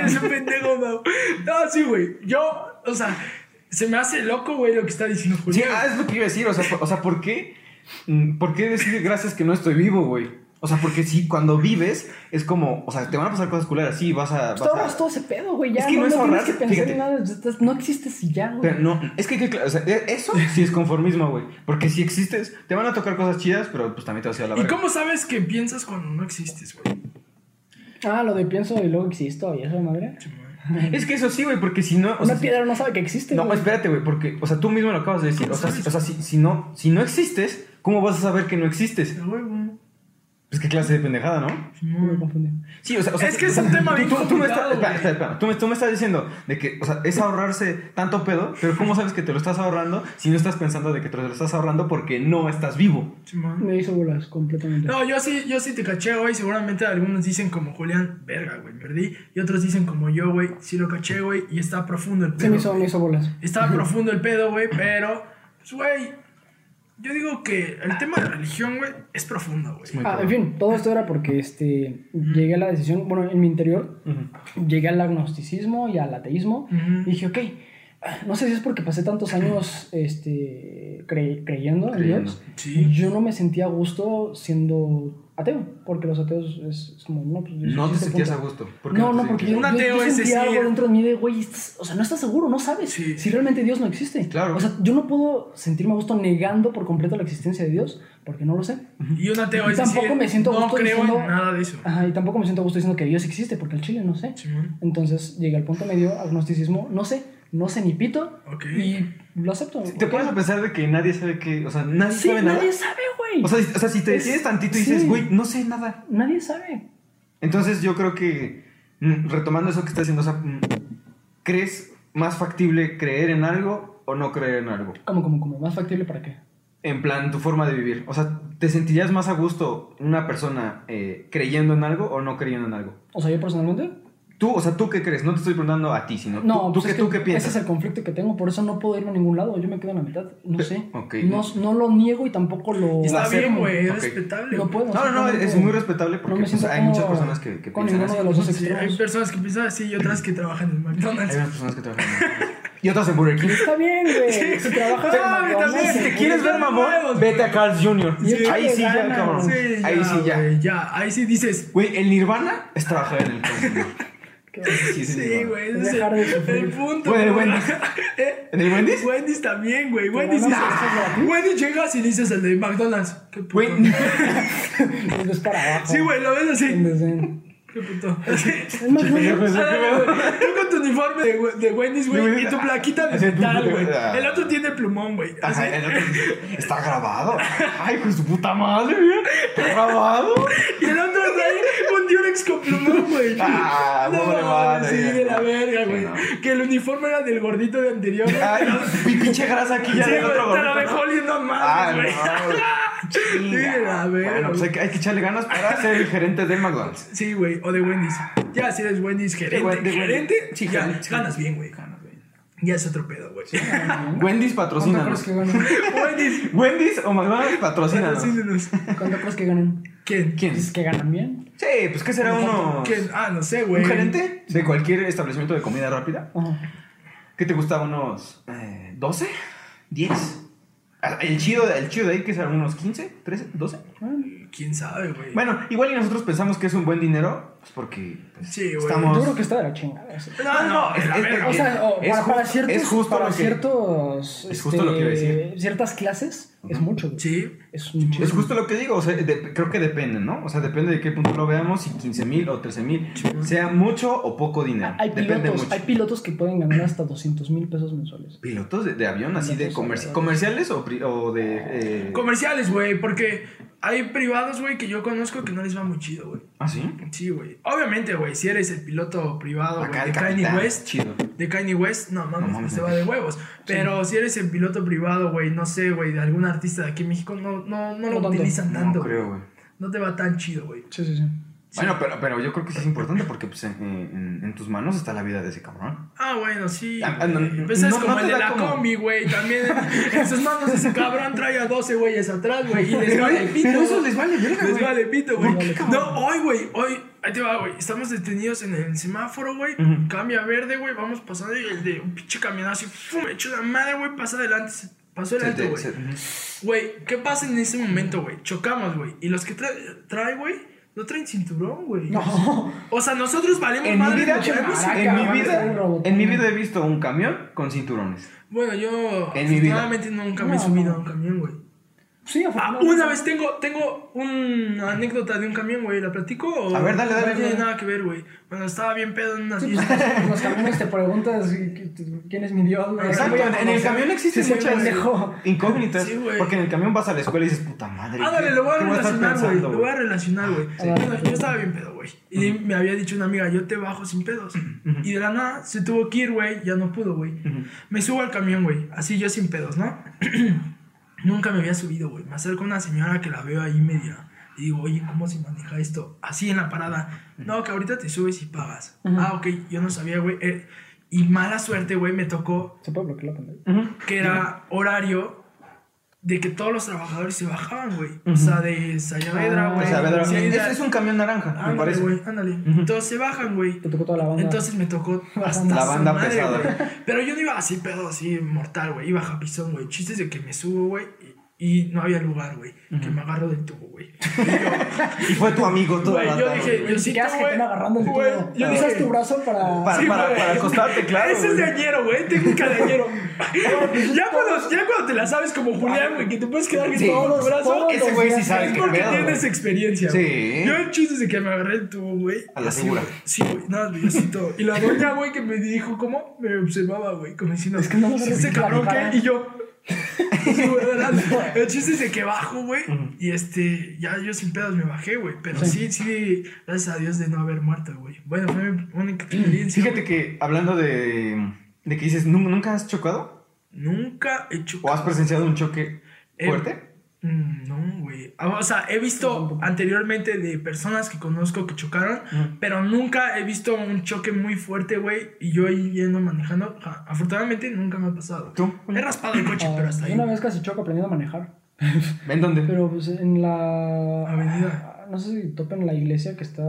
B: es un pendejo, no. No, sí, güey. Yo, o sea, se me hace loco, güey, lo que está diciendo
C: Sí,
B: Julio.
C: ah, es lo que iba a decir. O sea, por- o sea, ¿por qué? mm, ¿Por qué decir gracias que no estoy vivo, güey? O sea, porque si cuando vives es como, o sea, te van a pasar cosas culeras, sí, vas a.
A: pues
C: vas
A: te
C: a-
A: ahorras todo ese pedo, güey. Ya
C: Es que
A: no,
C: no es
A: no tienes
C: ahorrar,
A: que pensar
C: fíjate.
A: en nada. estás- no existes y ya, güey.
C: Pero no, es que, hay que cla- o sea, e- eso sí es conformismo, güey. Porque si existes, te van a tocar cosas chidas, pero pues también te vas a ir a la
B: ¿Y
C: verga.
B: cómo sabes que piensas cuando no existes, güey?
A: Ah, lo de pienso y luego existo y eso, madre.
C: Es que eso sí, güey, porque si no. O
A: Una
C: sea,
A: piedra no sabe que existe.
C: No,
A: güey.
C: espérate, güey, porque, o sea, tú mismo lo acabas de decir. O sea, si, o sea, si, si no, si no existes, ¿cómo vas a saber que no existes?
B: Pero, güey, güey,
C: Pues qué clase de pendejada, ¿no?
A: Me
B: Simón.
A: confundí.
C: Sí, o sea, o sea,
B: Es que es un tema bien
C: tú, tú me
B: complicado,
C: estás, espera,
B: güey.
C: espera, espera. tú, me, tú me estás diciendo de que, o sea, es ahorrarse tanto pedo, pero ¿cómo sabes que te lo estás ahorrando si no estás pensando de que te lo estás ahorrando porque no estás vivo?
B: Simón.
A: Me hizo bolas completamente.
B: No, yo sí, yo sí te caché, güey. Seguramente algunos dicen como Julián, verga, güey, perdí. Y otros dicen como yo, güey, sí lo caché, güey. Y está profundo el
A: Se me
B: pedo.
A: hizo, me hizo bolas.
B: Estaba profundo el pedo, güey, pero, pues, güey, yo digo que el tema de religión, güey, es profundo, güey.
C: muy
A: Ah, en fin, todo esto era porque este, llegué a la decisión, bueno, en mi interior llegué al agnosticismo y al ateísmo
B: Ujú.
A: y dije, ok, no sé si es porque pasé tantos años este, cre- creyendo, en
C: Creyendo.
A: Dios,
B: Sí.
A: yo no me sentía a gusto siendo ateo, porque los ateos es, es como, no, pues, Dios
C: No te
A: existe,
C: sentías a
A: punto.
C: gusto.
A: No, no,
C: te
A: porque
C: sentías-
A: yo, yo-
B: Un
A: yo
B: ateo es
A: sentía
B: decir-
A: algo dentro de mí de, güey, estás- o sea, no estás seguro, no sabes
B: Sí.
A: si realmente Dios no existe.
C: Claro.
A: O sea, yo no puedo sentirme a gusto negando por completo la existencia de Dios, porque no lo sé.
B: Y un ateo
A: Y
B: es
A: tampoco
B: decir,
A: me siento a
B: no
A: gusto
B: creo
A: diciendo-
B: en nada de eso.
A: Ajá, y tampoco me siento a gusto diciendo que Dios existe, porque el chile no sé.
B: Simón.
A: Entonces llegué al punto medio, agnosticismo, no sé, no sé ni pito,
B: Ok.
A: y lo acepto.
C: Te
A: ok.
C: pones a pensar de que nadie sabe que, o sea, nadie
A: Sí,
C: sabe nada.
A: nadie sabe, güey.
C: O sea, si- o sea, si te
A: Es-
C: decides tantito y dices,
A: sí.
C: güey, no sé nada.
A: nadie sabe.
C: Entonces yo creo que, mm, retomando eso que estás diciendo, o sea, mm, ¿crees más factible creer en algo o no creer en algo?
A: Como, como, como, más factible para qué.
C: En plan, tu forma de vivir. O sea, ¿te sentirías más a gusto una persona eh, creyendo en algo o no creyendo en algo?
A: O sea, yo personalmente
C: Tú, o sea, ¿tú qué crees? No te estoy preguntando a ti, sino
A: No, pues
C: tú, tú
A: es
C: qué, tú
A: que
C: qué piensas.
A: Ese es el conflicto que tengo, por eso no puedo irme a ningún lado. Yo me quedo en la mitad, no sé.
C: ok.
A: No, no lo niego y tampoco lo.
B: Y está
A: acepto.
B: bien, güey, es
C: Ok.
B: respetable.
A: Lo
B: güey.
A: puedo.
C: No, no, no, es muy respetable
A: No
C: porque
A: me
C: pues,
A: siento
C: hay muchas
A: cómodo
C: personas que, que
A: con
C: piensan
A: ninguno
C: así.
A: de los dos
B: Sí, hay
A: extremos.
B: personas que piensan así y otras que trabajan en
C: Hay
B: McDonald's.
C: unas personas que trabajan. en- Y otras en Burger King.
A: Está bien, güey. Si trabajas en
B: Ah,
A: McDonald's,
B: también,
A: güey.
C: Si te quieres ver mamón, vete a Carl's Jr.
A: Y échale
C: Ahí sí ya,
A: ganas.
C: cabrón.
B: Sí,
C: Ahí
B: ya,
C: sí ya.
B: güey, ya, ahí sí dices.
C: Güey, el Nirvana es trabajar en el Carl's Jr.
A: Qué-
C: Sí, es el
B: Sí,
C: Nirvana.
B: güey,
A: Es
B: ese es
A: dejar de
B: el,
A: sufrir.
B: el punto.
C: Güey,
B: güey.
C: Wendy's.
B: Eh,
C: ¿En el Wendy's? Ah,
B: Wendy's también, güey. Wendy's
A: van a
B: dices.
A: hacer eso gratis?
B: Wendy's llegas y dices el de McDonald's. Qué puto.
C: Güey,
A: Es para abajo.
B: Sí, güey, lo ves así.
A: Desde-
B: Qué puto.
C: Pues,
B: Así.
A: Es más, güey,
B: Ah, güey, Tú con tu uniforme de, we- de Wendy's, güey, y tu plaquita de
C: Así,
B: metal, güey.
C: ah.
B: El otro tiene plumón, güey. Así.
C: Ajá, el otro dice, Está grabado. Ay, pues su puta madre, güey. Está grabado.
B: Y el otro trae un Durex con plumón, güey.
C: Ah, pobre
B: mames,
C: madre.
B: Sí, de la verga,
C: Sí,
B: güey.
C: no.
B: Que el uniforme era del gordito de anterior. güey.
C: Ay, mi pinche grasa aquí ya
B: sí,
C: del
B: güey,
C: otro
B: te la
C: gordito, ¿no?
B: dejó oliendo
C: Ah,
B: más,
C: no,
B: güey.
C: güey. Chinga.
B: Sí, la verga,
C: Bueno, pues hay que, hay que echarle ganas para ser el gerente de McDonald's.
B: Sí, güey, o de Wendy's. Ya, si eres Wendy's gerente,
C: güey, de
B: gerente,
C: Wendy's. Sí,
B: ya,
C: gerente, sí.
B: ganas bien, güey. Ya es otro pedo, güey.
C: Wendy's
A: ¿Cuánto crees
C: patrocínanos.
A: que ganan?
B: Wendy's,
C: Wendy's o McDonald's patrocínanos.
B: patrocínenos.
A: ¿Cuánto crees que ganan?
B: ¿Quién?
C: ¿Quién?
A: Dices que ganan bien.
C: Sí, pues ¿qué será uno?
B: ¿Quién? Ah, no sé, güey.
C: ¿Un gerente de cualquier establecimiento de comida rápida?
A: Ajá.
C: ¿Qué te gusta? ¿Unos eh, 12? ¿10? Ah, El chido, el chido de ahí que serán unos 15, 13, 12.
A: Bueno.
B: ¿Quién sabe, güey?
C: Bueno, igual y nosotros pensamos que es un buen dinero, pues porque pues,
B: Sí, güey.
C: estamos... Ah,
A: Yo creo que está de la chingada. eso.
B: No, no, es la
C: es-
B: verga.
A: O sea, o
C: Es
A: para, para
C: justo-
A: ciertos,
C: es justo
A: para
C: lo que-
A: ciertos, este,
C: es justo lo que iba a decir.
A: ciertas clases es mucho. güey.
B: Sí.
A: Es muchísimo.
C: Es justo lo que digo, o sea, de- creo que depende, ¿no? O sea, depende de qué punto lo veamos, si 15 mil o 13 mil, sea mucho o poco dinero.
A: Hay
C: depende
A: pilotos,
C: mucho.
A: hay pilotos que pueden ganar hasta 200 mil pesos mensuales.
C: pilotos de, de avión, así de
A: Pilotos
C: comerci-
A: de avión.
C: comerciales o, pri- o de... eh,
B: Comerciales, güey, porque hay privados, güey, que yo conozco que no les va muy chido, güey.
C: ¿Ah, sí?
B: Sí, güey. Obviamente, güey, si eres el piloto privado
C: Acá
B: güey,
C: el
B: de Kanye
C: capitán,
B: West,
C: chido.
B: de Kanye West, no mames,
C: No mames.
B: se va de huevos. Pero si eres el piloto privado, güey, no sé, güey, de algún artista de aquí en México, no, no, no lo
A: No tanto.
B: utilizan
C: No,
B: tanto. güey.
C: creo, güey.
B: No te va tan chido, güey.
A: Sí, sí, sí.
C: Bueno, pero, pero yo creo que sí es importante porque pues, en, en- en tus manos está la vida de ese cabrón.
B: Ah, bueno, sí.
C: Ah, ah, no,
B: güey.
C: no,
B: pues es
C: no,
B: como
C: no te
B: el de
C: da
B: la
C: como-
B: combi, güey. También en, en sus manos ese cabrón trae a 12 güeyes atrás, güey. Y les
C: Pero,
B: vale pito.
C: pero eso
B: güey.
C: les vale verga,
B: Les
C: güey.
B: vale pito, güey.
A: No, vale, cabrón.
B: No, hoy, güey, hoy. Ahí te va, güey. Estamos detenidos en el semáforo, güey.
C: Ujú.
B: Cambia a verde, güey. Vamos pasando y el de un pinche camionado así. ¡fum! Hecho la madre, güey. Pasa adelante. se- Pasó
C: Se-
B: adelante,
C: te-
B: güey.
C: se- ujú.
B: Güey, ¿qué pasa en ese momento, güey? Chocamos, güey. Y los que tra- trae, güey, no traen cinturón, güey.
A: No.
B: O sea, nosotros valemos
C: En mi
B: madre.
C: vida,
B: lo traemos
A: maraca,
C: en mi
A: van a ser un
C: vida,
A: robot.
C: en mi vida he visto un camión con cinturones.
B: Bueno, yo
C: En mi vida.
B: afortunadamente nunca me he
A: No,
B: subido
A: no.
B: a un camión, güey.
A: Sí,
B: Ah,
A: afortunadamente.
B: una vez tengo, tengo una anécdota de un camión, güey. ¿La platico? O
C: A ver, dale, dale,
B: No tiene
C: dale.
B: nada que ver, güey. Bueno, estaba bien pedo en unas
A: Sí,
B: fiestas.
A: pues, los camiones te preguntas quién es mi dios. güey?
C: Exacto,
A: Voy a
C: en, en el
A: conocer.
C: camión existen
A: Sí, sí,
C: muchas
A: pendejo.
C: incógnitas.
B: Sí, güey.
C: porque en el camión vas a la escuela y dices, puta madre.
B: Ah, dale,
C: ¿qué-
B: lo voy a
C: qué voy estar
B: relacionar, güey.
C: pensando,
B: Lo voy a relacionar, güey.
A: Sí.
B: Bueno, yo estaba bien pedo, güey. Y me había dicho una amiga, yo te bajo sin pedos. Y de la nada se tuvo que ir, güey. Ya no pudo, güey.
C: Ujú.
B: Me subo al camión, güey. Así yo sin pedos, ¿no? Nunca me había subido, güey. Me acerco a una señora que la veo ahí media. Y digo, oye, ¿cómo se maneja esto? Así en la parada. No, que ahorita te subes y pagas.
A: Ujú.
B: Ah, ok. Yo no sabía, güey. Eh, y mala suerte, güey, me tocó
A: ¿Se puede bloquear la pantalla?
C: Ujú.
B: que era horario de que todos los trabajadores se bajaban, güey. O sea, de Sayavedra,
A: Ah,
B: güey.
C: O sea, Vedra,
B: Sí,
C: es,
B: da-
C: es un camión naranja, me
B: Ándale,
C: parece.
B: güey, ándale. Entonces se bajan, güey.
A: Te tocó toda la banda.
B: Entonces me tocó hasta
A: La
B: su
C: banda
B: madre,
C: pesada.
B: güey. Pero yo no iba así, pedo, así, mortal, güey. Iba japizón, güey. Chistes de que me subo, güey. Y, y no había lugar, güey. Que me agarro del tubo, güey. Y yo-
C: Y fue tu amigo toda
B: Güey,
C: la
B: yo
C: tarde.
B: dije,
A: Güey,
B: yo
A: ni
B: sí,
A: siquiera es que
B: güey.
A: estén agarrando el
B: Güey,
A: tubo.
B: yo
A: Usas
B: dije-
A: tu brazo para...
C: Para,
B: Sí,
C: para,
B: güey.
C: para acostarte, claro.
B: Ese es de
C: güey. pues,
B: añero, güey. Técnica de añero. ya, cuando, ya cuando te la sabes como Julián, güey, que te puedes quedar con
C: Sí.
B: todos los brazos.
A: Todos
C: Ese
A: los
C: güey sí
A: días.
C: sabe
B: Es
C: qué
B: porque
C: pedo,
B: tienes
C: güey.
B: experiencia.
C: Sí.
B: güey. Yo el chiste de que me agarré el tubo, güey.
C: A la
B: Así,
C: segura.
B: güey. Sí, güey. Nada, no, yo sí todo. Y la doña, güey, que me dijo cómo me observaba, güey. Como diciendo,
A: Es que no me
B: "Sí,
A: agarré
B: ese
A: la
B: cabrón
A: cara".
B: que. Y yo. Sí, güey, adelante. el chiste es de que bajo, güey. Y este, ya yo sin pedos me bajé, güey. Pero sí, sí, gracias a Dios de no haber muerto, güey. Bueno, fue mi única experiencia.
C: Fíjate que hablando de, de que dices, "Nu- ¿nunca has chocado?
B: Nunca he hecho.
C: ¿O has presenciado un choque
B: Eh,
C: fuerte?
B: Mm, No, güey. Ah, O sea, he visto anteriormente de personas que conozco que chocaron, pero nunca he visto un choque muy fuerte, güey, y yo ahí yendo manejando. Ja, Afortunadamente nunca me ha pasado.
C: ¿Tú?
B: He raspado el coche,
A: Ah,
B: pero hasta ahí.
A: Una vez casi choco aprendiendo a manejar.
C: ¿En dónde?
A: Pero pues en la.
B: Avenida.
A: No sé si topen la iglesia que está.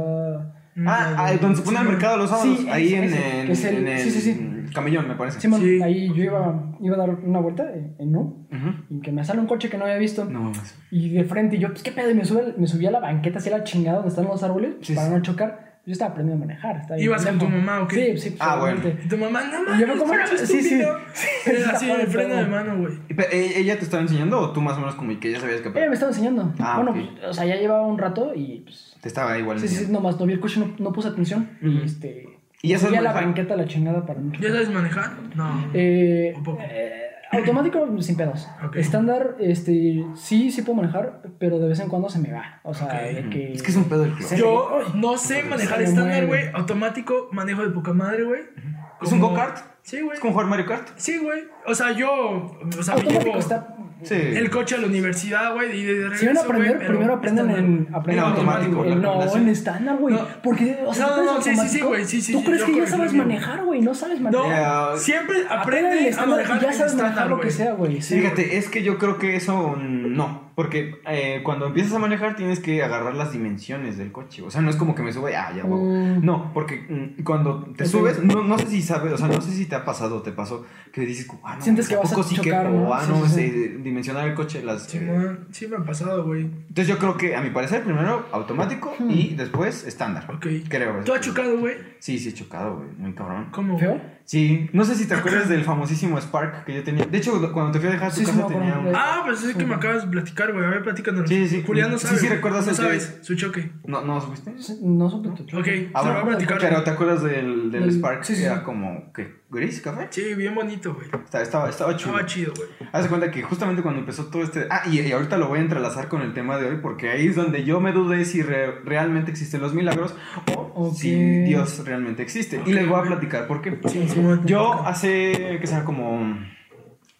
B: Mm,
C: ah, ah, donde se pone el mercado los sábados.
A: Sí,
C: ahí en,
A: ese,
C: en-
A: que es el-
C: en el
A: sí, sí, sí.
C: camellón, me parece.
A: Simón,
B: Sí.
A: ahí yo iba, iba a dar una vuelta en en U
C: Ujú.
A: y que me sale un coche que no había visto.
C: No mames.
A: Y de frente, y yo, pues qué pedo, y me, sube- me subí a la banqueta, así a la chingada donde están los árboles,
C: Sí,
A: para
C: sí.
A: no chocar. Yo estaba aprendiendo a manejar. Estaba bien
B: ¿Ibas con
A: pendejo.
B: tu mamá o qué?
A: Sí, sí,
C: Ah, bueno.
A: seguramente.
B: Y tu mamá, no
A: Y yo veo
B: mames,
A: cómo- sí,
B: pinche
A: sí.
B: estúpido.
A: Sí,
B: Era
A: está
B: así,
A: fuera
B: el
A: de
B: freno de
A: pedo.
B: mano, güey.
C: Y pe- ¿e- ¿Ella te estaba enseñando o tú más o menos como que ya sabías que
A: Ella me estaba enseñando.
C: Ah,
A: bueno,
C: ok.
A: pues, o sea, ya llevaba un rato y pues.
C: te estaba igual
A: Sí, sí, sí,
C: enseñando?
A: nomás no vi el coche, no, no puse atención. Y
C: Ujú.
A: este.
C: ¿Y ya sabes
A: subí a la
C: manejar?
A: banqueta a la chingada para no chocar.
B: ¿Ya sabes manejar? No.
A: Eh,
B: Un poco.
A: eh, automático sin pedos.
B: Ok.
A: Estándar, este, sí, sí puedo manejar, pero de vez en cuando se me va. O sea,
B: Ok.
A: de que.
C: Es que es un pedo el club.
A: Sí.
B: Yo no sé manejar
A: Se me mueve.
B: estándar, güey. Automático, manejo de poca madre, güey.
C: ¿Es un
B: Como-
C: go-kart?
B: Sí, güey.
C: ¿Es como jugar Mario Kart?
B: Sí, güey. O sea, yo. O sea, me
A: Automático
B: llevo
A: está.
C: Sí.
B: el coche a la universidad, güey. Y de regreso.
A: Si van a aprender,
B: güey, pero
A: primero aprenden
B: estándar.
A: en, aprenden
C: En
A: en
C: automático,
A: en-
C: la
A: no,
C: recomendación.
A: en estándar, güey.
B: No.
A: Porque, o sea,
B: No,
A: tú pones
B: no, sí, sí, sí,
A: automático,
B: güey, sí, sí,
A: Tú
B: sí,
A: crees
B: yo
A: que ya
B: creo
A: sabes
B: que no.
A: manejar, güey. No sabes
B: No,
A: manejar.
C: Ya.
B: siempre
A: Aprende
B: aprenden a manejar
A: y ya
B: en
A: sabes manejar
B: estándar,
A: lo que
B: güey.
A: sea, güey.
C: Sí, Fíjate, es que yo creo que eso mm, no, porque eh, cuando empiezas a manejar tienes que agarrar las dimensiones del coche, o sea, no es como que me subo y, ah, ya huevo.
A: Mm.
C: No, porque mm, cuando te
A: Ok.
C: subes, no, no sé si sabes, o sea, no sé si te ha pasado o te pasó que dices, ah, no,
A: Sientes que
C: ¿a
A: vas a
C: poco sí que-
A: chocar, ¿no?
C: o, ah,
A: Sí,
C: no,
A: sí, sí.
C: este, dimensionar el coche, las...
B: Sí,
C: eh,
B: man, sí me ha pasado, güey.
C: Entonces yo creo que, a mi parecer, primero automático
A: Hmm.
C: y después estándar.
B: Ok.
C: Creo.
B: ¿Tú has chocado, güey?
C: Sí, sí, he chocado, güey, muy cabrón.
B: ¿Cómo?
A: ¿Feo?
C: Sí, no sé si te acuerdas del famosísimo Spark que yo tenía. De hecho, cuando te fui a dejar a tu
A: Sí, sí,
C: casa
A: me acuerdo.
C: tenía un...
B: Ah, pues es que me acabas de platicar, güey. A ver, platícanos.
C: Sí, sí.
B: Julián no
C: Sí,
B: sabe.
C: sí,
B: güey.
C: recuerdas
B: No
C: el que-
B: sabes, su choque.
C: ¿No, no supiste?
A: No supe tu choque.
B: Ok,
C: Ah,
B: se lo
C: bueno,
B: voy a platicar.
C: pero ¿te acuerdas del, del
A: Del-
C: Spark?
A: sí, sí,
C: que era
A: sí.
C: como, ¿qué? ¿Gris, café?
B: Sí, bien bonito, güey.
C: Estaba, estaba, estaba chulo.
B: Estaba chido, güey.
C: Haz de cuenta que justamente cuando empezó todo este... Ah, y, y ahorita lo voy a entrelazar con el tema de hoy porque ahí es donde yo me dudé si re- realmente existen los milagros o
A: Ok.
C: si Dios realmente existe. Y les voy a platicar por qué.
B: Sí, sí, güey.
C: Yo hace, que sea, como...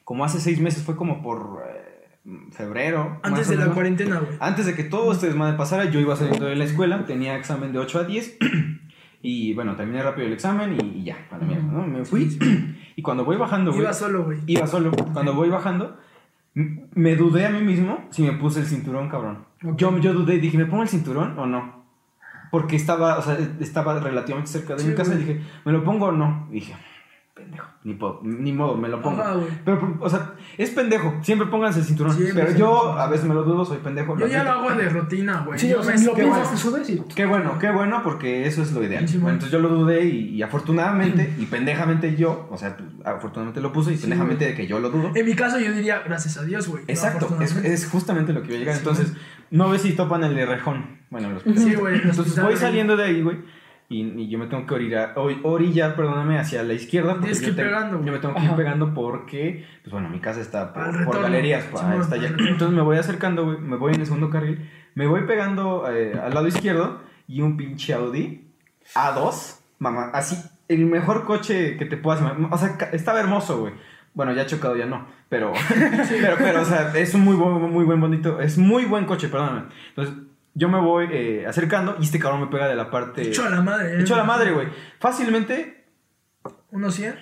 C: Como hace seis meses, fue como por eh, febrero.
B: Antes
C: más o
B: de la
C: menos.
B: cuarentena, güey.
C: Antes de que todo este desmadre pasara, yo iba saliendo de la escuela, tenía examen de 8 a 10 y bueno, terminé rápido el examen y, y ya, a la mierda, ¿no? Me fui y cuando voy bajando, güey,
B: Iba solo, güey.
C: iba solo, cuando voy bajando, m- me dudé a mí mismo si me puse el cinturón, cabrón. Yo, yo dudé y dije, ¿me pongo el cinturón o no? Porque estaba, o sea, estaba relativamente cerca de
B: Sí,
C: mi casa
B: güey.
C: y dije, ¿me lo pongo o no? Y dije, pendejo, ni, puedo- ni modo, me lo pongo.
B: Ajá, güey.
C: Pero, o sea, es pendejo, siempre pónganse el cinturón.
B: Siempre,
C: pero
B: siempre,
C: yo
B: siempre.
C: a veces me lo dudo, soy pendejo.
B: Yo ya
C: admito.
B: lo hago de rutina, güey.
A: Sí,
B: Yo
A: o sea,
B: me
A: lo
B: qué
A: piensas,
B: bueno.
A: te subes y.
C: Qué bueno, qué bueno, porque eso es lo ideal.
B: Sí, bueno.
C: Entonces yo lo dudé y, y afortunadamente, y pendejamente yo, o sea, afortunadamente lo puse y pendejamente de que yo lo dudo.
B: En mi caso, yo diría, gracias a Dios, güey.
C: Exacto, es,
B: Afortunadamente.
C: es justamente lo que iba a llegar.
B: Sí,
C: Entonces, no ves si topan el de Rejón. Bueno, los
B: Sí, güey. los
C: Entonces voy
B: hospitales.
C: saliendo de ahí, güey. Y, y yo me tengo que orillar, ori- orillar, perdóname, hacia la izquierda. porque
B: Tienes que
C: yo
B: ir
C: te-
B: pegando, güey.
C: Yo me tengo que ir
A: Ajá.
C: pegando porque, pues bueno, mi casa está por,
B: Al
C: por
B: retorno.
C: galerías. pa-
B: Simón,
C: está allá.
B: al retorno.
C: Entonces me voy acercando, güey. Me voy en el segundo carril. Me voy pegando eh, al lado izquierdo y un pinche Audi A2. Mamá, así, el mejor coche que te puedas. ima- O sea, ca- estaba hermoso, güey. Bueno, ya chocado ya no, pero, pero, pero, o sea, es un muy buen, muy buen bonito, es muy buen coche, perdóname. Entonces, yo me voy eh, acercando y este cabrón me pega de la parte.
B: Hecho a la madre. eh.
C: Hecho a la madre, güey. Fácilmente,
B: ¿Unos 100?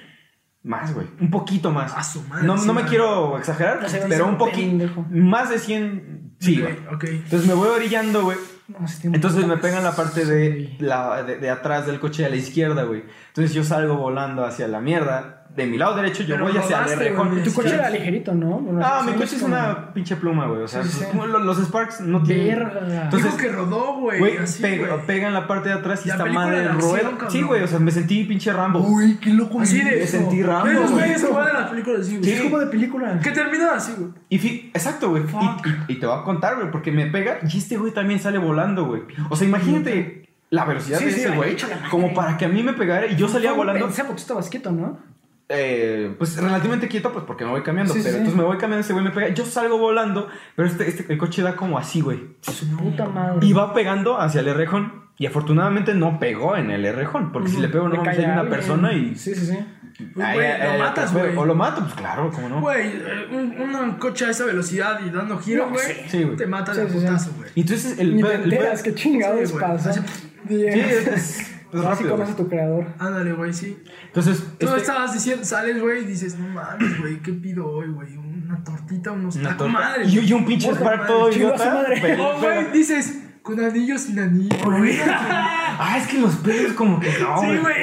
C: más, güey. Un poquito más.
B: A su madre,
C: No,
B: sí,
C: no me
B: madre.
C: quiero exagerar,
A: No sé,
C: pero
A: sí,
C: un poquito.
A: pendejo.
C: Más de 100, sí, güey.
B: Ok.
C: Entonces me voy orillando, güey.
A: No, sí, tiene un
C: Entonces me
A: putazo,
C: pegan la parte de,
A: güey.
C: la, de, de atrás del coche a la izquierda, güey. Entonces yo salgo volando hacia la mierda. De mi lado derecho yo
B: Pero
C: voy hacia el
B: rodaste,
C: rejón.
B: güey.
A: Tu coche era ligerito, ¿no? Bueno,
C: Ah,
A: sí,
C: mi
A: no
C: coche es
A: como-
C: una pinche pluma, güey. O sea,
A: Sí, sí.
C: pues, lo- los Sparks no tienen.
A: Verga.
C: Entonces-
B: Dijo que rodó, güey.
C: Güey,
B: Así,
C: pe-
B: güey.
C: pega en la parte de atrás y
B: La
C: está
B: película
C: madre
B: de
C: el
B: acción,
C: ruedo.
B: cabrón.
C: Sí, güey, o sea, me sentí pinche Rambo.
A: Uy, qué loco.
B: Así
A: güey.
B: de.
C: me sentí Rambo,
B: Pero Esos
C: güey.
B: güeyes que van a las películas así, güey.
A: Es como de película.
B: Que terminan así, güey.
C: Y fi- exacto, güey.
A: Fuck.
C: Y, y- y te va a contar, güey, porque me pega y este güey también sale volando, güey. O sea, imagínate la velocidad
A: Sí,
C: de
A: sí,
C: ese
A: ay,
C: güey,
A: échala, madre.
C: como para que a mí me pegara y yo salía
A: Fue
C: volando.
A: Pensé porque tú estabas quieto, ¿no?
C: eh, pues relativamente quieto, pues porque me voy cambiando.
A: Sí, sí,
C: pero
A: sí.
C: entonces me voy cambiando, ese güey me pega. Yo salgo este, volando, pero este, este, el coche da como así, güey.
A: Su puta madre.
C: Y va pegando hacia el rejón. Y afortunadamente no pegó en el errejón, porque si le pego no
A: Le
C: mames,
A: cae
C: hay una
A: alguien.
C: persona y...
A: Sí, sí, sí.
B: Güey,
C: Ay,
B: lo
C: ay, ay,
B: matas,
C: pues,
B: güey.
C: O lo mato, pues claro, ¿cómo no?
B: Güey, eh, un, un coche a esa velocidad y dando giro,
A: No,
B: güey,
A: sí.
C: Sí, güey.
B: te mata
A: Sí,
B: de
A: sí, sí.
B: putazo, güey.
C: Y entonces el...
A: Ni
C: pe-
A: te
C: el pe-
A: enteras qué chingados
B: Sí, güey.
A: pasa.
B: Así-
C: Sí,
A: Llegas.
C: es, es- es
A: Así
C: rápido.
A: conoces a tu creador.
B: Ándale, güey, sí.
C: Entonces,
B: Tú
C: este-
B: estabas diciendo, sales, güey, y dices, no mames, güey, ¿qué pido hoy, güey? Una tortita, unos
C: una
B: tacos.
C: torta.
B: Madre,
C: y, y un pinche
B: Puta
C: bar
B: madre,
C: todo
A: chinga su
C: idiota.
A: madre.
C: pero-
B: Oh, güey, dices, con anillos sin anillo. güey.
C: Ah, es que los pedos como que no,
B: Sí,
C: güey.
B: güey.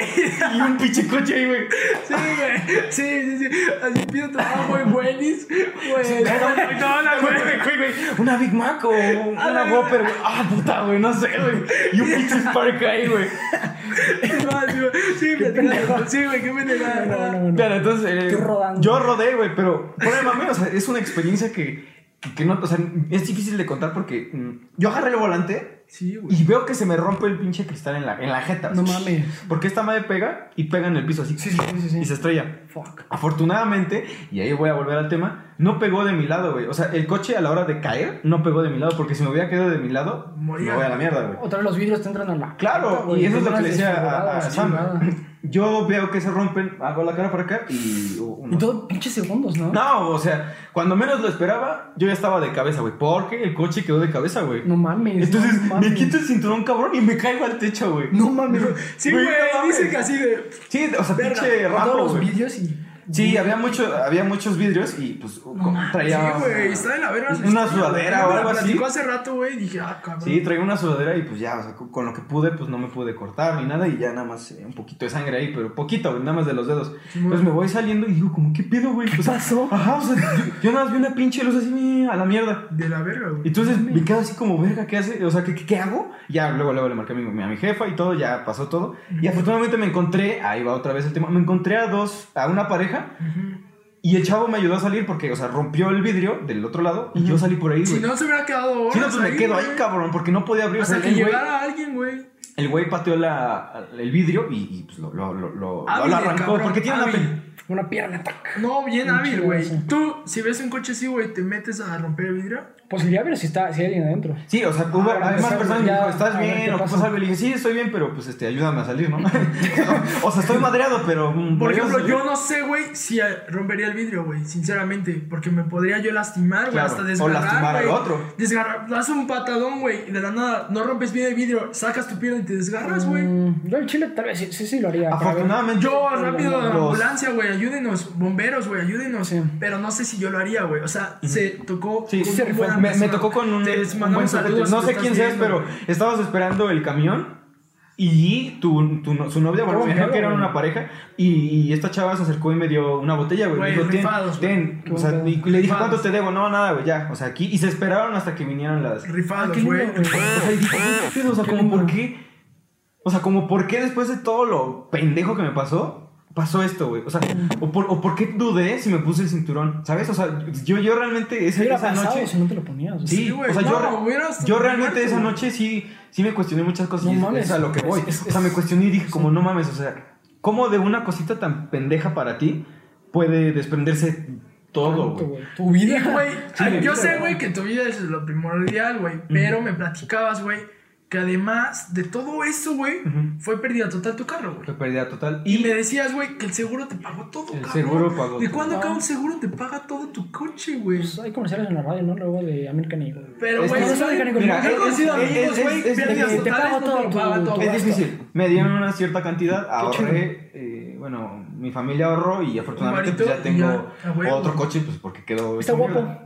C: y un pinche coche ahí, güey.
B: Sí, güey. Sí, sí, sí. Así pido trabajo, güey, buenis. Güey. No, no,
C: Güey,
B: güey.
C: güey, güey, güey. Una Big Mac o una
B: la
C: Whopper, güey. Ah, puta, güey, no sé, güey. Y un pinche Spark ahí, güey.
B: Sí, güey, sí, güey, qué pendejada.
C: Ah.
A: No, no, no.
C: Claro, entonces. eh,
A: Estoy rodando.
C: Yo rodé, güey, pero. Fuera de mame, o sea, es una experiencia que, que, que no. O sea, es difícil de contar porque. mm, yo agarré el volante
B: Sí, güey.
C: y veo que se me rompe el pinche cristal en la, en la jeta.
A: No mames.
C: Porque esta madre pega y pega en el piso así.
A: Sí, sí, sí, sí.
C: Y se estrella.
A: Fuck.
C: Afortunadamente, y ahí voy a volver al tema, no pegó de mi lado, güey. O sea, el coche a la hora de caer no pegó de mi lado, porque si me hubiera quedado de mi lado,
B: Moría.
C: me voy a la mierda, güey.
A: Otra vez los vidrios te entran a la.
C: Claro,
A: puta, güey,
C: y eso es lo
A: te
C: que le
A: entran
C: decía a- a,
A: desfiguradas, chingadas.
C: Sam. Yo veo que se rompen, hago la cara para acá y. uno.
A: Y todo pinches segundos, ¿no?
C: No, o sea, cuando menos lo esperaba, yo ya estaba de cabeza, güey. Porque el coche quedó de cabeza, güey.
A: No mames.
C: Entonces
A: no
C: me
A: mames.
C: quito el cinturón, cabrón, y me caigo al techo, güey.
A: No mames.
B: Sí,
C: Güey,
B: güey,
C: no mames.
B: dice que así de.
C: Sí, o sea,
B: Verga,
C: pinche
A: Con
C: Rambo,
A: todos los
C: güey.
A: vídeos y.
C: Sí, había, mucho, había muchos vidrios y pues co- traía.
B: Sí, güey, está en la verga. su
C: Una
B: historia,
C: sudadera
B: güey.
C: o algo
B: Me la
C: así.
B: platicó hace rato, güey, y dije, ah, cabrón.
C: Sí, traía una sudadera y pues ya, o sea, co- con lo que pude, pues no me pude cortar ni nada y ya nada más eh, un poquito de sangre ahí, pero poquito, güey, nada más de los dedos. Entonces me voy saliendo y digo, como, ¿qué pedo, güey? ¿Qué
A: pasó?
C: Ajá, o sea, yo, yo nada más vi una pinche luz así meh, a la mierda.
B: De la verga, güey.
C: Entonces me quedo así como, verga, ¿qué hace? O sea, ¿qué, qué, qué hago? Ya luego, luego le marqué a mi, a mi jefa y todo, ya pasó todo. Y afortunadamente me encontré, ahí va otra vez el tema, me encontré a dos, a una pareja. Y el chavo me ayudó a salir porque, o sea, rompió el vidrio del otro lado y yo salí por ahí, güey.
B: Si no se hubiera quedado horas
C: Si no, pues me quedo ahí,
B: güey.
C: cabrón, porque no podía abrir. o sea,
B: Hasta que
C: el güey-
B: llegara alguien, güey.
C: el güey pateó la, el vidrio y, y, pues lo, lo, lo, lo,
B: Hábil
C: lo
B: el
C: arrancó.
B: cabrón,
C: porque tiene una
B: hábil.
C: pe-
A: Una pierna. tac.
B: No, bien
A: Un
B: hábil, güey.
A: chingazo.
B: Tú, si ves un coche así, güey, te metes a romper el vidrio.
A: Posibilidad, pero si, está, si hay alguien adentro.
C: Sí, o sea, hubo
A: Ah,
C: además
A: ya,
C: personas que me dijo, ¿estás
A: a ver,
C: bien?
A: ¿qué
C: ¿O qué
A: pasa?
C: pasa algo?" Y le dije, sí, estoy bien, pero pues este, ayúdame a salir, ¿no? o sea, estoy madreado, pero. mm,
B: Por
C: ¿me ayudas
B: ejemplo,
C: a salir?
B: yo no sé, güey, si eh, rompería el vidrio, güey, sinceramente. Porque me podría yo lastimar, güey,
C: Claro,
B: hasta
C: o
B: desgarrar.
C: lastimar al
B: güey.
C: otro.
B: Desgarrar, das un patadón, güey, y de la nada no rompes bien el vidrio, sacas tu pierna y te desgarras, güey.
A: Mm, Yo el chile tal vez sí, sí, sí lo haría. para ver.
C: Afortunadamente.
B: Yo rápido
C: los-
B: ambulancia, güey, ayúdenos, bomberos, güey, ayúdenos.
A: Sí.
B: Pero no sé si yo lo haría, güey. O sea, se tocó.
C: Sí,
B: con
C: se
B: una
C: fue.
B: buena
C: Me, me
B: persona.
C: tocó con un,
B: Te les
C: un
B: mandamos
C: buen
B: saludos
C: sujete.
B: si
C: No
B: lo
C: sé
B: estás
C: quién seas,
B: viendo,
C: pero
B: güey.
C: estabas esperando el camión y tu, tu no- su novia, bueno,
A: Qué
C: me imagino
A: bombero,
C: que eran
A: güey.
C: una pareja, y, y esta chava se acercó y me dio una botella, güey.
B: Güey,
C: Me dijo, ten,
B: rifados, güey.
C: ten.
A: Qué
C: O sea,
A: bombero.
C: y le dije,
B: Rifados.
C: ¿cuánto te debo? No, nada, güey, ya. O sea, aquí. Y se esperaron hasta que vinieron las.
A: Ah,
B: Rifados,
A: qué
B: güey.
A: lindo, güey.
C: O sea, y dije, "¿Qué pedo? O sea,
A: Qué
C: como,
A: lindo.
C: ¿por qué? O sea, como, ¿por qué después de todo lo pendejo que me pasó, pasó esto, güey? O sea,
B: Mm.
C: o por, o por qué dudé si me puse el cinturón, ¿sabes? O sea, yo, yo realmente esa,
A: ¿Qué hubiera
C: esa
A: pasado
C: noche.
A: si no te lo ponías?
C: Sí,
B: Sí, güey.
C: o sea,
B: No,
C: yo,
B: hubieras
C: yo realmente
B: muerto,
C: esa
B: güey.
C: noche sí, sí me cuestioné muchas cosas
A: No
C: y es-
A: mames.
C: es a lo que voy.
A: Es- es-
C: o sea, me cuestioné y dije, como
A: sí.
C: no mames, o sea, ¿cómo de una cosita tan pendeja para ti puede desprenderse todo,
A: Tanto,
C: güey?
A: güey. Tu vida,
B: Y, güey,
A: Sí,
B: ay,
A: mi
B: yo
A: vida,
B: sé, güey, que tu vida es lo primordial, güey. Pero me platicabas, güey, que además de todo eso, güey,
C: Ujú.
B: fue pérdida total tu carro, güey.
C: Fue pérdida total.
B: Y
C: Y,
B: me decías, güey, que el seguro te pagó
A: Oh,
B: todo,
C: El
B: cabrón.
C: seguro pagó
B: ¿De
C: todo.
B: cuándo acá
A: Ah.
B: un seguro te paga todo tu coche, güey?
A: Pues hay comerciales en la radio, ¿no? Luego de American Eagle.
B: Pero,
C: Es
B: güey,
C: que-
B: eso
A: mira,
B: he
A: es-
B: conocido
C: es-
B: amigos,
C: es-
B: güey,
C: es de
B: pérdidas
C: que te
B: totales,
A: pago
B: no este, te lo
A: todo
B: paga
A: tu-
B: todo.
A: Basta.
C: es difícil. Me dieron una cierta cantidad,
A: chido.
C: ahorré, eh, bueno, mi familia ahorró y afortunadamente
B: varito
C: pues, ya
B: y
C: tengo
B: ya, a huevo.
C: otro coche, pues porque quedó.
A: Está
C: hecho
A: guapo.
C: mierda.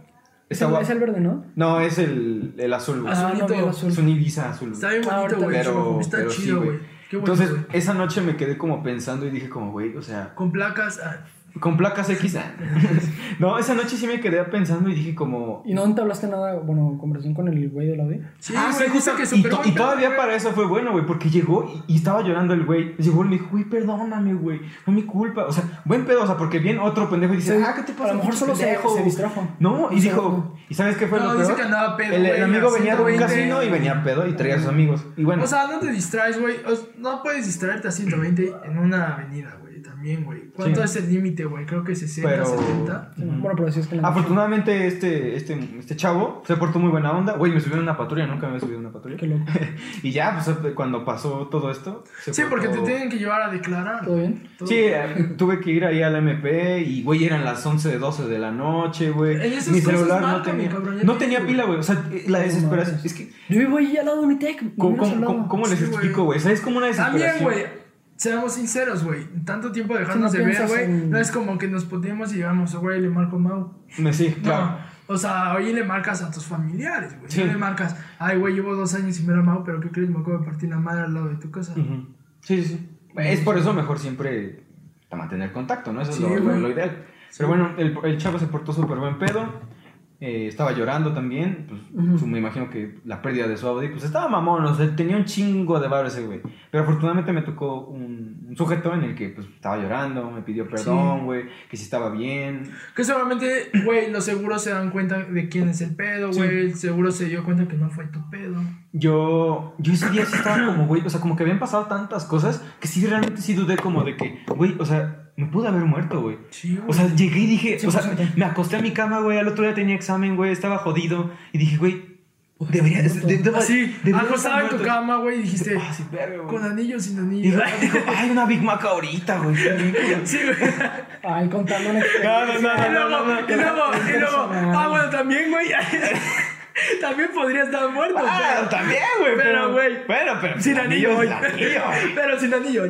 A: Está
C: Está guapo.
A: Es el verde, ¿no?
C: No, es el, el azul, güey.
B: Azul.
A: Ah, no, vi el
C: Es
A: azul.
C: un Ibiza azul.
B: Está bien
A: Ah,
B: bonito,
A: ahorita
B: güey.
A: lo
C: pero,
B: Está
C: pero sí,
B: chido,
C: güey.
B: güey. Qué bueno,
C: Entonces,
B: güey.
C: esa noche me quedé como pensando y dije como, güey, o sea,
B: con placas. ah,
C: con placas X. ah. no, esa noche sí me quedé pensando y dije como...
A: ¿Y no te hablaste nada, bueno, conversación con el güey del Audi?
B: Sí,
C: ah,
B: güey,
C: sí,
B: dice
C: justo.
B: que
C: y,
B: super
C: to- y todavía para eso fue bueno, güey, porque llegó y, y estaba llorando el güey. Llegó y me dijo, güey, perdóname, güey, fue mi culpa. O sea, buen pedo, o sea, porque bien otro pendejo y dice,
A: Sí.
C: ah, ¿qué te pasa?
A: A lo mejor solo se-
C: pendejo?"
A: se distrajo.
C: No, y
A: O sea,
C: dijo, ¿y sabes qué fue
B: No,
C: lo
B: dice
C: peor?
B: que andaba pedo,
C: el, el
B: güey,
C: amigo
B: a
C: venía de un
B: 120.
C: casino y venía pedo y traía a sus amigos. Y bueno,
B: O sea, no te distraes, güey. O- No puedes distraerte a 120 en una avenida, güey. también, güey. ¿Cuánto
C: Sí.
B: es el límite, güey? Creo que 60,
C: Pero-
B: 70.
A: Sí, Bueno, pero si es que la-
C: Afortunadamente este, este, este chavo se portó muy buena onda. Güey, me subieron una patrulla, nunca me había subido una patrulla.
A: Qué loco.
C: Y ya, pues cuando pasó todo esto... se
B: Sí, porque te
C: portó-
B: tienen que llevar a declarar.
A: ¿Todo bien?
B: Todo.
C: Sí, eh, tuve que ir ahí al MP y, güey, eran las 11, 12 de la noche, güey.
B: Ey, esas
C: Mi
B: cosas
C: celular no
B: matan,
C: tenía,
B: cabrón, ya
C: no
B: te
C: tenía
B: digo.
C: pila, güey. O sea, eh, la
A: No
C: desesperación.
A: mames.
C: Es que,
A: Yo vivo ahí al lado de Unitec. me
C: ¿cómo,
A: hubieras
C: cómo-
A: hablado.
C: cómo- cómo les
B: Sí, güey.
C: explico, güey? O sea, es como una
B: También,
C: desesperación.
B: Pues, güey. Seamos sinceros, güey. Tanto tiempo dejándonos
A: no
B: de ver,
A: piensas
B: güey.
A: en-
B: No es como que nos poníamos y llegamos, güey, le marco a Mau.
C: Me- Sí,
B: No.
C: claro.
B: O sea, hoy le marcas a tus familiares, güey.
C: Sí.
B: No le marcas, ay, güey, llevo dos años sin ver a Mau, pero ¿qué crees? Me acabo de partir la madre al lado de tu casa.
C: Ujú. Sí, sí, sí. Es por eso mejor siempre mantener contacto, ¿no? Eso
B: Sí,
C: es lo- lo,
B: güey.
C: lo ideal. Pero bueno, el, el chavo se portó súper buen pedo. eh, estaba llorando también. Pues,
A: Ujú.
C: su- me imagino que la pérdida de su Audi. Pues estaba mamón, o sea, tenía un chingo de barro ese güey. Pero afortunadamente me tocó un, un sujeto en el que pues, estaba llorando, me pidió perdón, güey, que si estaba bien.
B: Que seguramente, güey, los seguros se dan cuenta de quién es el pedo,
C: Sí.
B: güey. El seguro se dio cuenta que no fue tu pedo.
C: Yo, yo ese día sí estaba como, güey, o sea, como que habían pasado tantas cosas que sí realmente sí dudé como de que, güey, o sea, me pude haber muerto, güey.
B: Sí, güey.
C: O sea, llegué y dije,
A: Sí,
C: o sea,
A: pues, sí.
C: me acosté a mi cama, güey, al otro día tenía examen, güey, estaba jodido. Y dije, güey, debería,
A: muerto.
C: de- debo-
B: Así,
C: debería
B: acostado ah, pues, en
C: estar
B: tu
C: muerto.
B: cama, güey, y dijiste,
C: Ah, sí, verga, güey.
B: con anillo o sin
C: Y
B: anillo.
C: dijo, ay, una Big Mac ahorita, güey.
B: Sí, güey.
A: Ay, contando una
C: No, no, no,
B: Y
C: no, no,
B: luego,
C: no.
B: y luego, y luego,
A: no.
B: ah, bueno, también, güey. también podría estar muerto,
C: Ah,
B: pero-
C: también, güey.
B: Pero, güey,
C: Pero, pero.
B: sin anillo,
C: sin
B: güey.
C: anillo.
B: Pero sin anillo.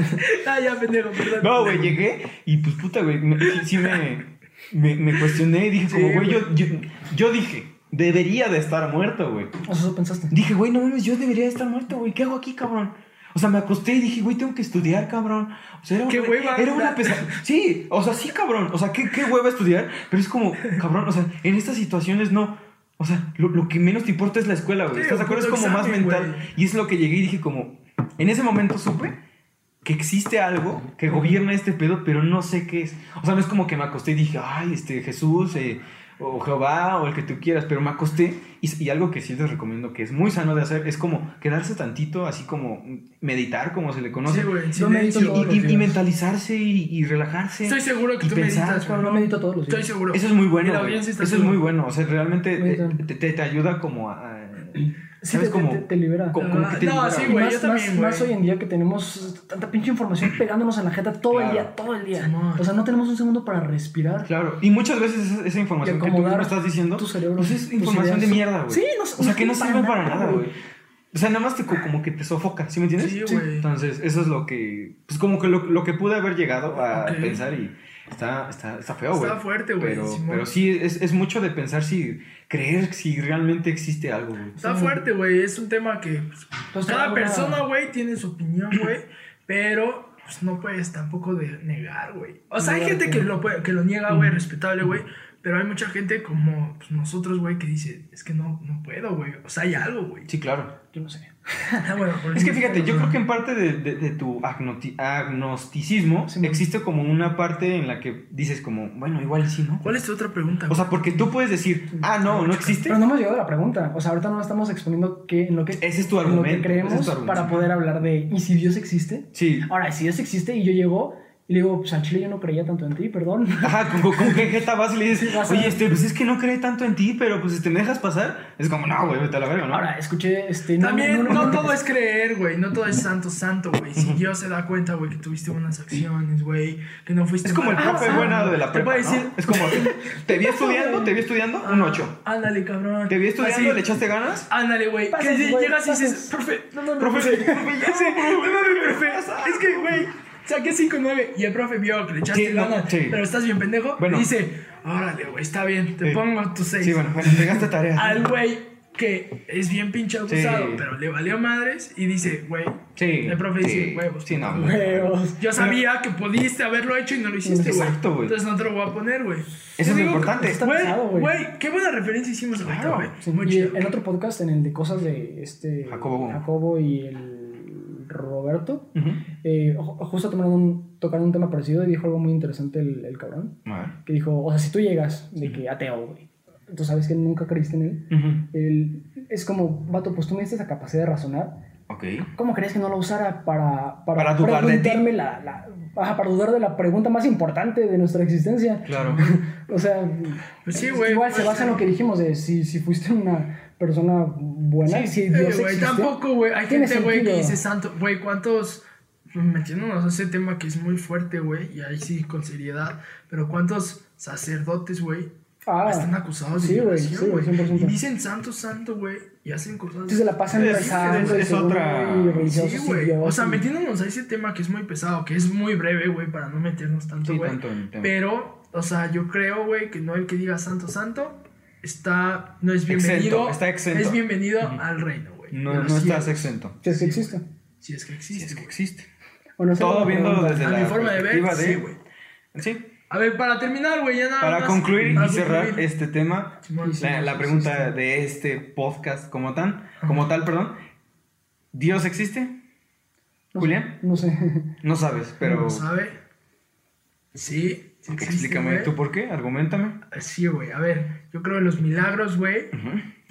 B: ah, ya, pendejo, perdón.
C: No, güey, llegué y pues puta, güey, me- sí, sí me, me, me cuestioné y dije,
B: Sí,
C: como, güey, yo, yo, yo dije, debería de estar muerto, güey.
A: O sea, eso pensaste.
C: Dije, güey, no mames, yo debería estar muerto, güey. ¿Qué hago aquí, cabrón? O sea, me acosté y dije, güey, tengo que estudiar, cabrón. O sea, era una,
B: Qué hueva.
C: Era una pesa- Sí, o sea, sí, cabrón. O sea, qué, qué hueva estudiar. Pero es como, cabrón, o sea, en estas situaciones no. O sea, lo, lo que menos te importa es la escuela, güey.
B: Sí,
C: ¿Estás de acuerdo? Es
B: puto
C: como más
B: examen,
C: mental.
B: güey.
C: Y es lo que llegué y dije, como, en ese momento supe que existe algo que gobierna este pedo, pero no sé qué es. O sea, no es como que me acosté y dije, ay, este Jesús eh, o Jehová o el que tú quieras, pero me acosté y, y algo que sí les recomiendo que es muy sano de hacer es como quedarse tantito, así como meditar, como se le
B: Sí,
C: conoce.
B: güey, en
A: Yo medito
B: silencio.
A: todos
C: y, y-
A: los
C: y
A: días.
C: mentalizarse y, y relajarse.
B: Estoy seguro que
C: y
B: tú
C: pensar,
B: meditas, güey.
A: No medito todos los días.
B: Estoy seguro.
C: Eso es muy
B: Y
C: bueno.
B: la
C: güey.
B: audiencia
C: Eso
B: está
C: es
B: seguro.
C: muy bueno. O sea, realmente eh,
A: Medita.
C: te, te- te ayuda como a... a-
A: Sí,
C: ¿Sabes
A: te,
C: cómo?
A: te, te libera.
C: co- como que te
B: No,
C: libera,
B: sí,
A: Y
B: güey,
A: más,
B: yo
A: más-
B: también, güey.
A: más hoy en día que tenemos tanta pinche información pegándonos en la jeta todo el
C: Claro.
A: día, todo el día.
B: Simón.
A: O sea, no tenemos un segundo para respirar.
C: Claro, y muchas veces esa, esa información que tú
A: acomodar
C: me estás diciendo
A: tu cerebro,
C: pues es
A: tus
C: información
A: ideas.
C: de mierda, güey.
A: Sí, no-
C: O sea, que no sirve para nada, güey.
A: güey.
C: O sea, nada más te, co- como que te sofoca, ¿sí me entiendes?
B: Sí, güey.
C: Entonces, eso es lo que. Pues como que lo, lo que pude haber llegado a
B: Ok.
C: pensar y. Está, está, está feo, güey.
B: Está fuerte, güey,
C: Pero,
B: Simón.
C: pero sí, es, es mucho de pensar si. Creer si realmente existe algo, güey.
B: Está fuerte, güey. Es un tema que pues,
A: Pues,
B: cada
A: ahora-
B: persona, güey, tiene su opinión, güey. Pero pues, no puedes tampoco de negar, güey. O sea, hay
A: Negar
B: gente
A: que-
B: que lo, puede- que lo niega, güey, respetable, güey. Pero hay mucha gente como pues, nosotros, güey, que dice, es que no, no puedo, güey. O sea, hay algo, güey.
C: Sí, claro.
A: Yo no sé.
B: Bueno, por
C: Es que
B: eso-
C: fíjate, yo creo que en parte de, de- de tu agnoti- agnosticismo
A: Sí, man.
C: existe como una parte en la que dices como, bueno, igual sí, ¿no?
B: ¿Cuál es tu otra pregunta?
C: O
B: güey?
C: sea, porque tú puedes decir, ah, no, no existe.
A: Pero no hemos llegado a la pregunta. O sea, ahorita no estamos exponiendo que en lo que,
C: Ese es tu
A: en lo que
C: argumento.
A: creemos
C: ese es tu argumento.
A: para poder hablar de ¿y si Dios existe?
C: Sí.
A: Ahora, si Dios existe y yo llego y le digo, pues al chile yo no creía tanto en ti, perdón.
C: Ajá, con, con qué jeta vas y le dices,
A: Sí, vas a-
C: oye, este, pues es que no cree tanto en ti, pero pues este, ¿me dejas pasar? Es como, no, güey, vete a la verga, ¿no?
A: Ahora, escuché este. no,
B: También,
A: no, no,
B: no
A: no,
B: todo es creer, güey. No todo es santo, santo, güey. Si Dios se da cuenta, güey, que tuviste buenas acciones, güey. Que no fuiste
C: es como el
B: mal
C: profe
B: persona,
C: buena de la
B: ah, te
C: prepa,
B: puede
C: ¿no?
B: decir,
C: Es como, te vi estudiando, te vi estudiando, un 8.
B: "Ah, Ándale, cabrón.
C: Te vi estudiando,
B: Así,
C: le echaste ganas.
B: Ándale, güey. Que
A: Pases,
B: lle-
A: güey,
B: llegas y dices,
A: pases.
B: profe, no mames,
C: Profe, profe, ya
B: ya sé, no mames, profe. Es que, güey, saqué 5-9 y el profe vio que le echaste
C: Sí, no,
B: ganas,
C: sí.
B: pero estás bien pendejo.
C: Bueno.
B: Y dice, órale, güey, está bien, te
C: Sí.
B: pongo tu 6.
C: Sí, bueno, bueno, entregaste tarea.
B: Al güey que es bien pinche abusado,
C: Sí.
B: pero le valió madres y dice, güey,
C: Sí.
B: el profe
C: sí,
B: dice, huevos.
C: Sí, no, güey.
A: Huevos.
B: Yo sabía que pudiste haberlo hecho y no lo hiciste, güey.
C: Exacto, güey.
B: Entonces no te lo voy a poner, güey.
C: es
B: Yo
C: lo
B: digo,
C: importante.
A: Está
B: güey,
A: pesado, güey.
B: Güey, qué buena referencia hicimos ahorita,
C: Claro.
B: güey.
A: Sí,
B: Muy
A: y
B: chido.
A: en otro podcast, en el de cosas de este
C: Jacobo.
A: Jacobo y el Roberto,
C: Ujú.
A: eh, ju- justo tomaron un, tocaron un tema parecido y dijo algo muy interesante el, el cabrón.
C: A ver.
A: Que dijo, o sea, si tú llegas de que ateo, güey, tú sabes que nunca creíste en él.
C: Ujú.
A: él- es como, vato, pues tú me diste esa capacidad de razonar.
C: Ok.
A: ¿Cómo crees que no la usara para,
C: Para dudar de ti.
A: preguntarme la, la- ajá, para dudar de la pregunta más importante de nuestra existencia.
C: Claro.
A: O sea,
B: Pues sí,
A: es-
B: güey,
A: igual
B: pues,
A: se basa en lo que dijimos de si, si fuiste una persona buena, si
B: Eh,
A: Dios
B: güey,
A: existe,
B: tampoco, güey. Hay
A: tiene
B: gente, güey, que
A: sentido.
B: dice santo. Güey, ¿cuántos. Metiéndonos a ese tema que es muy fuerte, güey, y ahí sí con seriedad, pero ¿cuántos sacerdotes, güey,
A: Ah,
B: están acusados de
A: sí, güey, sí,
B: violación,
A: güey,
B: güey?
A: 100%.
B: y dicen santo, santo, güey, y hacen cosas.
A: Entonces se la pasan
B: Pues
C: Es-
A: rezando
C: es-
A: y
C: es
A: según,
C: otra-
A: güey, religiosos
B: Sí,
A: y
B: güey.
A: Dios
B: O sea,
A: y-
B: metiéndonos a ese tema que es muy pesado, que es muy breve, güey, para no meternos tanto,
C: Sí,
B: güey.
C: tanto en el tema.
B: Pero, o sea, yo creo, güey, que no el que diga santo, santo, está, no es
C: Exento,
B: bienvenido.
C: está exento.
B: Es bienvenido
C: Ujú.
B: al reino, güey.
C: No,
B: de los
C: no estás
B: cielos.
C: exento.
A: Si es que
B: Sí,
A: existe.
B: Si es que
C: Si
B: existe.
C: es que
B: güey.
C: existe.
A: Bueno, esa era
C: Todo
A: la
C: viéndolo
A: pregunta.
C: desde
B: A
C: la
B: mi forma de ver,
C: perspectiva
B: sí, güey.
C: Sí.
B: A ver, para terminar, güey, ya nada
C: Para
B: más-
C: concluir
B: Ah, para
C: y cerrar
B: concluir.
C: este tema,
B: Simón,
C: la,
B: Simón,
C: la
B: sí,
C: pregunta
B: sí, sí.
C: de este podcast como tan, como tal, perdón. ¿Dios existe?
A: No,
C: Julián?
A: No sé.
C: No sabes, pero
B: ¿Lo ¿Sabe? Sí. sí existe,
C: explícame
B: güey.
C: tú por qué, argumentame.
B: Sí, güey. A ver, yo creo en los milagros, güey.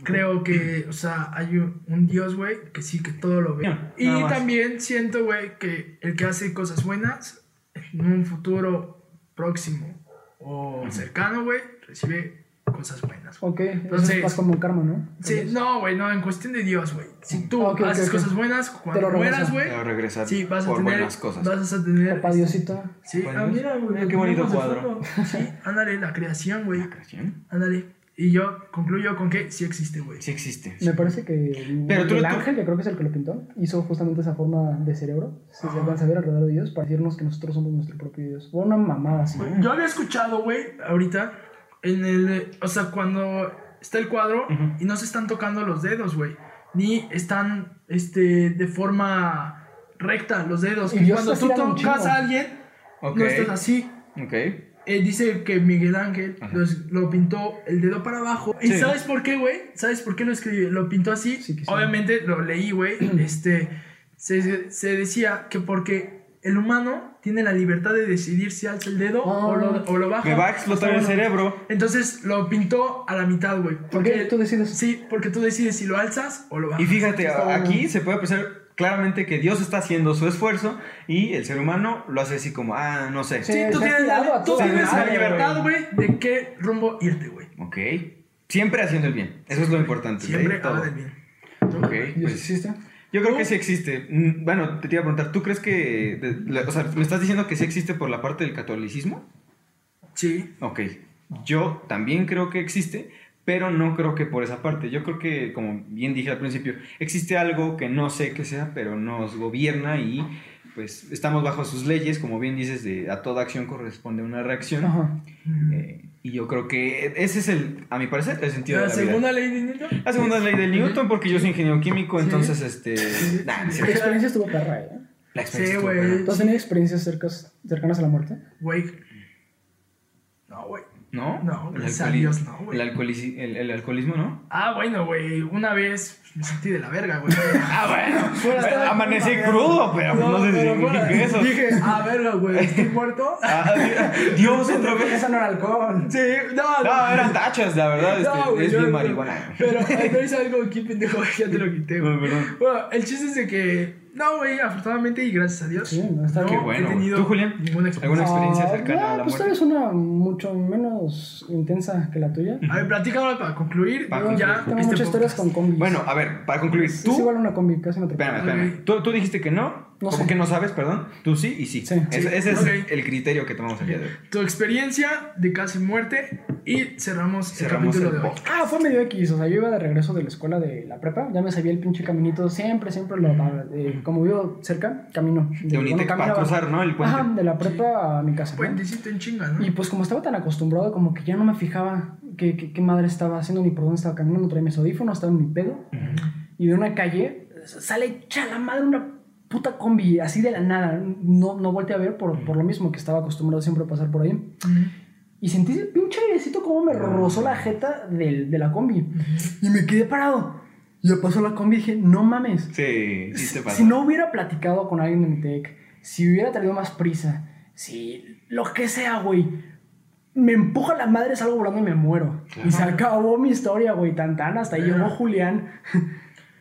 B: Creo que, o sea, hay un, un Dios, güey, que sí, que todo lo ve.
C: Ya,
B: y
C: nada más.
B: también siento, güey, que el que hace cosas buenas en un futuro próximo o cercano, güey, recibe cosas buenas. güey.
A: Ok, entonces
B: Entonces-
A: es más como karma, ¿no?
B: Sí, no, güey, no, en cuestión de Dios, güey. Si tú
A: Ah, ok, ok,
B: haces
A: ok.
B: cosas buenas, cuando
A: lo
B: mueras,
A: regreso.
B: güey,
C: Te va a regresar
B: sí, vas a
C: por
B: tener.
C: buenas cosas.
B: Vas a tener.
A: Papá Diosito.
B: Sí,
C: Bueno,
B: ah, mira, güey.
C: mira
B: los
C: qué bonito
B: dibujos de
C: cuadro.
B: fondo. Sí, ándale, la creación, güey.
C: Ah, Creación.
B: Ándale. Y yo concluyo con que sí existe, güey.
C: Sí existe.
A: Me parece que
C: Pero tú-
A: el
C: tú-
A: ángel, que creo que es el que lo pintó, hizo justamente esa forma de cerebro, si se alcanza a ver alrededor de Dios, para decirnos que nosotros somos nuestro propio Dios. O una mamada así.
B: Yo había escuchado, güey, ahorita, en el. eh, O sea, cuando está el cuadro
C: Ujú.
B: y no se están tocando los dedos, güey. Ni están este, de forma recta los dedos.
A: Y
B: que
A: Dios
B: cuando
A: está
B: tú
A: girando un
B: tocas
A: chingo.
B: a alguien,
C: Ok.
B: no estás así.
C: Ok.
B: Eh, dice que Miguel Ángel
C: Ajá.
B: los- lo pintó el dedo para abajo. ¿Y
C: Sí.
B: sabes por qué, güey? ¿Sabes por qué lo escribió? Lo pintó así.
A: Sí, quizá.
B: Obviamente lo leí, güey. este, se, se decía que porque el humano tiene la libertad de decidir si alza el dedo
A: Ah.
B: o, lo, o lo baja.
C: Me va a explotar el cerebro.
B: Entonces lo pintó a la mitad, güey.
A: Porque tú decides.
B: Sí, porque tú decides si lo alzas o lo bajas.
C: Y fíjate,
A: Está bueno.
C: aquí se puede pensar claramente que Dios está haciendo su esfuerzo y el ser humano lo hace así como, ah, no sé.
A: Sí.
B: Sí, tú
A: está
B: tienes,
A: tirado
B: la,
A: a
B: tú
A: toda
B: tienes la
A: madre,
B: libertad, güey, de qué rumbo irte, güey.
C: Ok. Siempre haciendo el bien. Eso es lo importante. de
B: Siempre
C: todo.
B: habla del bien.
C: Ok,
A: Dios
C: pues,
A: existe.
C: yo creo que sí existe. Mm, Bueno, te iba a preguntar, ¿tú crees que... de- la- o sea, ¿me estás diciendo que sí existe por la parte del catolicismo?
B: Sí.
C: Ok, yo también creo que existe, pero no creo que por esa parte. Yo creo que, como bien dije al principio, existe algo que no sé qué sea, pero nos gobierna y pues estamos bajo sus leyes, como bien dices, de a toda acción corresponde una reacción.
A: Ajá.
C: Eh, y yo creo que ese es el, a mi parecer, el sentido
B: La
C: de la vida.
B: segunda ley de Newton.
C: La segunda ley de Newton, porque yo soy ingeniero químico,
B: Sí.
C: entonces, este... nah, no es
A: Tu
C: cierto.
A: experiencia estuvo perra, ¿eh?
C: La
B: Sí,
C: experiencia estuvo
B: güey.
C: buena.
A: ¿Tú has tenido experiencias cercas, cercanas a la muerte?
B: Güey. No, güey.
C: ¿No?
B: No,
C: el,
B: gracias a
C: alcoholi-
B: Dios, no, güey.
C: el, alcoholici- el- el alcoholismo, ¿no?
B: Ah, bueno, güey. Una vez pues, me sentí de la verga, güey. Ah, bueno.
C: Pero amanecí crudo, pero pues no, sé si significa eso.
B: Dije, ah, verga, güey. ¿Estoy muerto?
C: Ah, di- Dios, otra vez.
A: no era alcohol.
B: Sí, no,
C: No, eran tachas, la verdad. este,
B: No, güey,
C: es
B: yo-
C: bien marihuana.
B: Pero ay, no hice algo aquí, pendejo. Ya te lo quité, güey.
C: No, perdón.
B: Bueno, el chiste es de que. No, güey, afortunadamente y gracias a Dios.
A: Sí, no está
B: no
A: Qué
C: bueno,
B: he
C: güey.
B: tenido
C: ¿Tú, Julián?
B: Ninguna experiencia.
C: ¿Alguna experiencia
A: Ah,
C: cercana
A: ya,
C: a la
A: pues
C: muerte?
A: tal vez una mucho menos intensa que la tuya.
B: A ver, platícame para concluir.
C: Para
B: ya,
A: Tengo
B: este
A: muchas historias
B: podcast.
A: con combis.
C: Bueno, a ver, para concluir,
A: es
C: tú.
A: igual una combi, casi me atropello.
C: Espérame, espérame. Tú, tú dijiste que no,
A: No
C: o
A: sé.
C: que no sabes, perdón. Tú sí y sí.
A: Sí.
C: Ese,
B: Sí,
C: ese es
B: ok.
C: el criterio que tomamos el día de hoy.
B: tu experiencia de casi muerte y cerramos,
C: Cerramos
B: el
C: el
B: capítulo de hoy.
C: podcast.
A: Ah, fue medio X, o sea, yo iba de regreso de la escuela de la prepa, ya me sabía el pinche caminito, siempre, siempre lo, eh, como vivo cerca, camino.
C: Te uniste para
A: caminaba.
C: cruzar, ¿no? El puente.
A: Ajá, de la prepa a mi casa. ¿no?
B: Puentecito en chinga, ¿no?
A: Y pues como estaba tan acostumbrado, como que ya no me fijaba qué, qué, qué madre estaba haciendo ni por dónde estaba caminando, traía mis audífonos, estaba en mi pedo. Y de una calle sale hecha la madre una puta combi, así de la nada. No, no volteé a ver por, por lo mismo que estaba acostumbrado siempre a pasar por ahí. Y sentí ese pinche airecito como me rozó la jeta del, de la combi. Y me quedé parado. Y ya pasó la combi y dije, no mames.
C: Sí, sí te pasa.
A: Si no hubiera platicado con alguien en tech, si hubiera traído más prisa, si lo que sea, güey, me empuja la madre, salgo volando y me muero. Y se acabó mi historia, güey, tan tan, hasta ahí llegó Julián.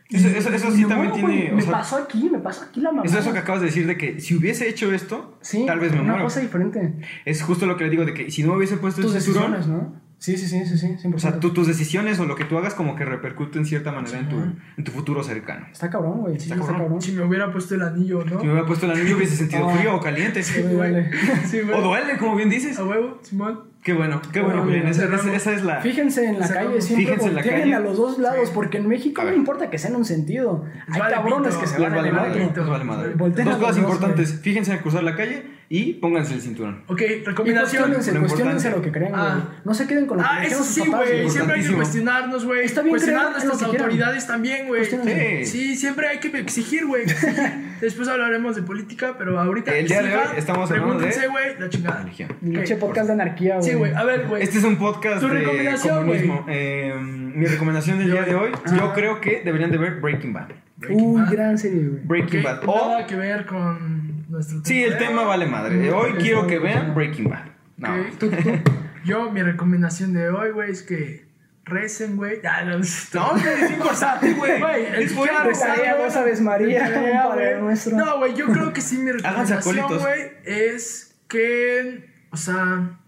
C: Eso, eso- eso
A: Y
C: sí
A: me
C: también
A: muero, güey.
C: tiene. o
A: Me
C: sea,
A: pasó aquí, me pasó aquí la mamá.
C: es eso que acabas de decir de que si hubiese hecho esto,
A: Sí,
C: tal vez me
A: una
C: muero.
A: cosa diferente.
C: Es justo lo que le digo de que si no me hubiese puesto
A: Tus
C: el cinturón,
A: decisiones, ¿no? Sí, sí, sí, sí, sí, 100%.
C: o sea, tú- tus decisiones o lo que tú hagas como que repercute en cierta manera en tu, en tu futuro cercano.
A: Está cabrón, güey. Sí,
C: Está
A: está cabrón.
C: cabrón.
B: Si me hubiera puesto el anillo, ¿no?
C: Si me hubiera puesto el anillo hubiese sentido
A: Ah.
C: frío o caliente.
A: Sí, vale.
B: Sí,
C: O
B: güey.
C: duele, como bien dices.
B: A huevo, Simón.
C: Qué bueno, qué bueno,
A: Órale,
C: Julián. Esa,
B: cerramos.
C: esa- esa es la...
A: Fíjense en la
B: Cerramos.
A: calle, siempre
C: Fíjense en la
A: volteen
C: calle.
A: a los dos lados, porque en México
C: A
A: no
C: ver.
A: importa que sea en un sentido. Hay
B: vale
A: cabrones
B: pito,
A: que se
C: Les
A: van
C: vale
A: en el
C: madre,
A: otro.
C: les vale madre.
A: Volteen
C: Dos
A: a los
C: cosas
A: dos,
C: importantes. Fíjense al cruzar la calle y pónganse el cinturón.
B: Ok,
A: Y
B: recomendación.
A: cuestionense,
C: Lo
A: cuestionense
C: importante.
A: lo que crean, güey.
B: Ah.
A: No se queden con lo que
B: Ah, eso
A: dijeron sus
B: sí,
A: papás,
B: güey.
A: güey.
B: Siempre hay que
C: Importantísimo.
B: cuestionarnos, güey.
A: Está bien
B: Cuestionar a
A: creer en lo
B: nuestras
A: que quieran.
B: autoridades también, güey.
A: Cuestionen.
C: Sí.
B: Sí, siempre hay que exigir, güey. exigir. Después hablaremos de política, pero ahorita.
C: El día de
B: exijan,
C: hoy estamos hablando de-
B: Pregúntense, güey, la
C: La
B: chingada.
C: religión.
A: Pinche
B: Ok.
A: podcast de anarquía, güey.
B: Sí, güey. A ver, güey.
C: Este es un podcast
B: Tu
C: de
B: recomendación, Ah.
C: comunismo. Eh, mi recomendación del día de hoy, yo creo que deberían de ver Breaking Bad.
A: Uy,
B: Bad.
A: gran serie, güey.
C: Breaking
B: Ok,
C: Bad. O,
B: Nada que ver con nuestro
C: sí, el tema vale madre. Hoy quiero que vean Breaking Bad. No.
B: Ok. Yo, mi recomendación de hoy, güey, es que recen, güey. Ya, no,
C: No, es sin forzarte, güey.
B: Güey, el
C: Es bueno.
B: claro,
A: Pues tarea,
B: güey.
A: vos sabes, María,
B: De tarea,
A: un padre
B: güey.
A: nuestro.
B: No, güey, yo creo que sí mi
C: Háganse
B: recomendación,
C: acólitos.
B: güey, es que, o sea,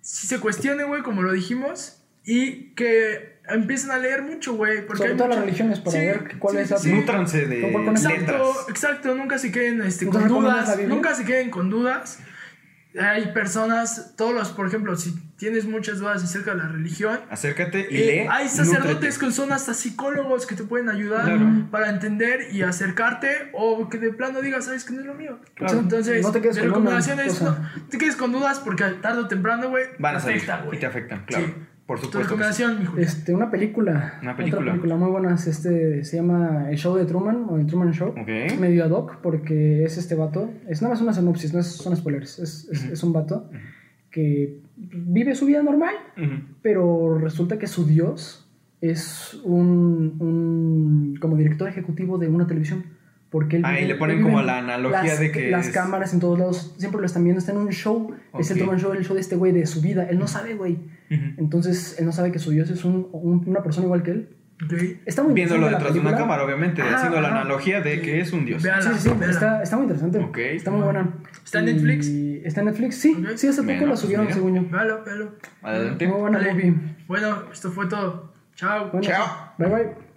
B: si se cuestione, güey, como lo dijimos, y que empiecen a leer mucho, güey. porque
A: Sobre
B: hay
A: todo las
B: mucha-
A: religiones, para
B: Sí,
A: ver cuál
B: sí,
A: es la...
B: sí.
C: Nútranse de
A: Con- con esa-
C: letras.
B: Exacto, exacto, nunca se queden este,
A: ¿Tú
B: con
A: recomiendas la
B: dudas,
A: Biblia?
B: nunca se queden con dudas. Hay personas, todos los, por ejemplo, si tienes muchas dudas acerca de la religión,
C: Acércate y
B: eh,
C: lee.
B: hay sacerdotes
C: nútrete.
B: que son hasta psicólogos que te pueden ayudar
C: Claro.
B: para entender y acercarte o que de plano digas, sabes que no es lo mío.
A: Claro.
B: Entonces,
A: No te quedes
B: mi
A: con una
B: recomendación es,
A: cosa.
B: no te quedes con dudas porque tarde o temprano, güey,
C: Van a
B: te
C: salir
B: afecta,
C: y
B: güey.
C: te afectan, claro.
B: Sí.
C: Por
B: Tu
C: supuesto. que sí.
B: recomendación, mi Julio.
A: Este, una película.
C: Una película.
A: Otra película muy buena. es Este, se llama El Show de Truman o El Truman Show.
C: Ok.
A: Medio ad hoc porque es este vato. Es nada más una sinopsis, no es- son spoilers. Es, es, es un vato que vive su vida normal,
C: Ujú.
A: pero resulta que su dios es un, un como director ejecutivo de una televisión. Porque él
C: Ah, y
A: vive-
C: le ponen
A: él vive
C: como
A: en
C: la analogía
A: las-
C: de que
A: Las
C: es-
A: cámaras en todos lados siempre lo están viendo. Está en un show. Es el
C: Ok.
A: Truman Show, el show de este güey, de su vida. Él no sabe, güey.
C: Ujú.
A: Entonces él no sabe que su dios es un- un- una persona igual que él.
B: Ok.
A: Está muy interesante
C: Viéndolo
A: la
C: detrás de una
A: película.
C: cámara, obviamente,
A: Ajá,
C: haciendo la
A: ajá.
C: analogía de que es un dios.
B: Vean.
A: Sí, sí, sí.
B: Vela.
A: Está, está muy interesante.
C: Ok.
A: Está muy buena.
B: ¿Está en
A: Y-
B: Netflix?
A: Está en Netflix, sí.
B: Ok.
A: Sí, hace poco
C: Bueno,
A: la
C: pues
A: subieron,
C: mira.
A: según yo.
B: Véalo, véalo.
C: Adelante.
A: Muy buena
B: Vale.
A: movie.
B: Bueno, esto fue todo. Chao.
A: Bueno,
C: Chao.
A: Bye, bye.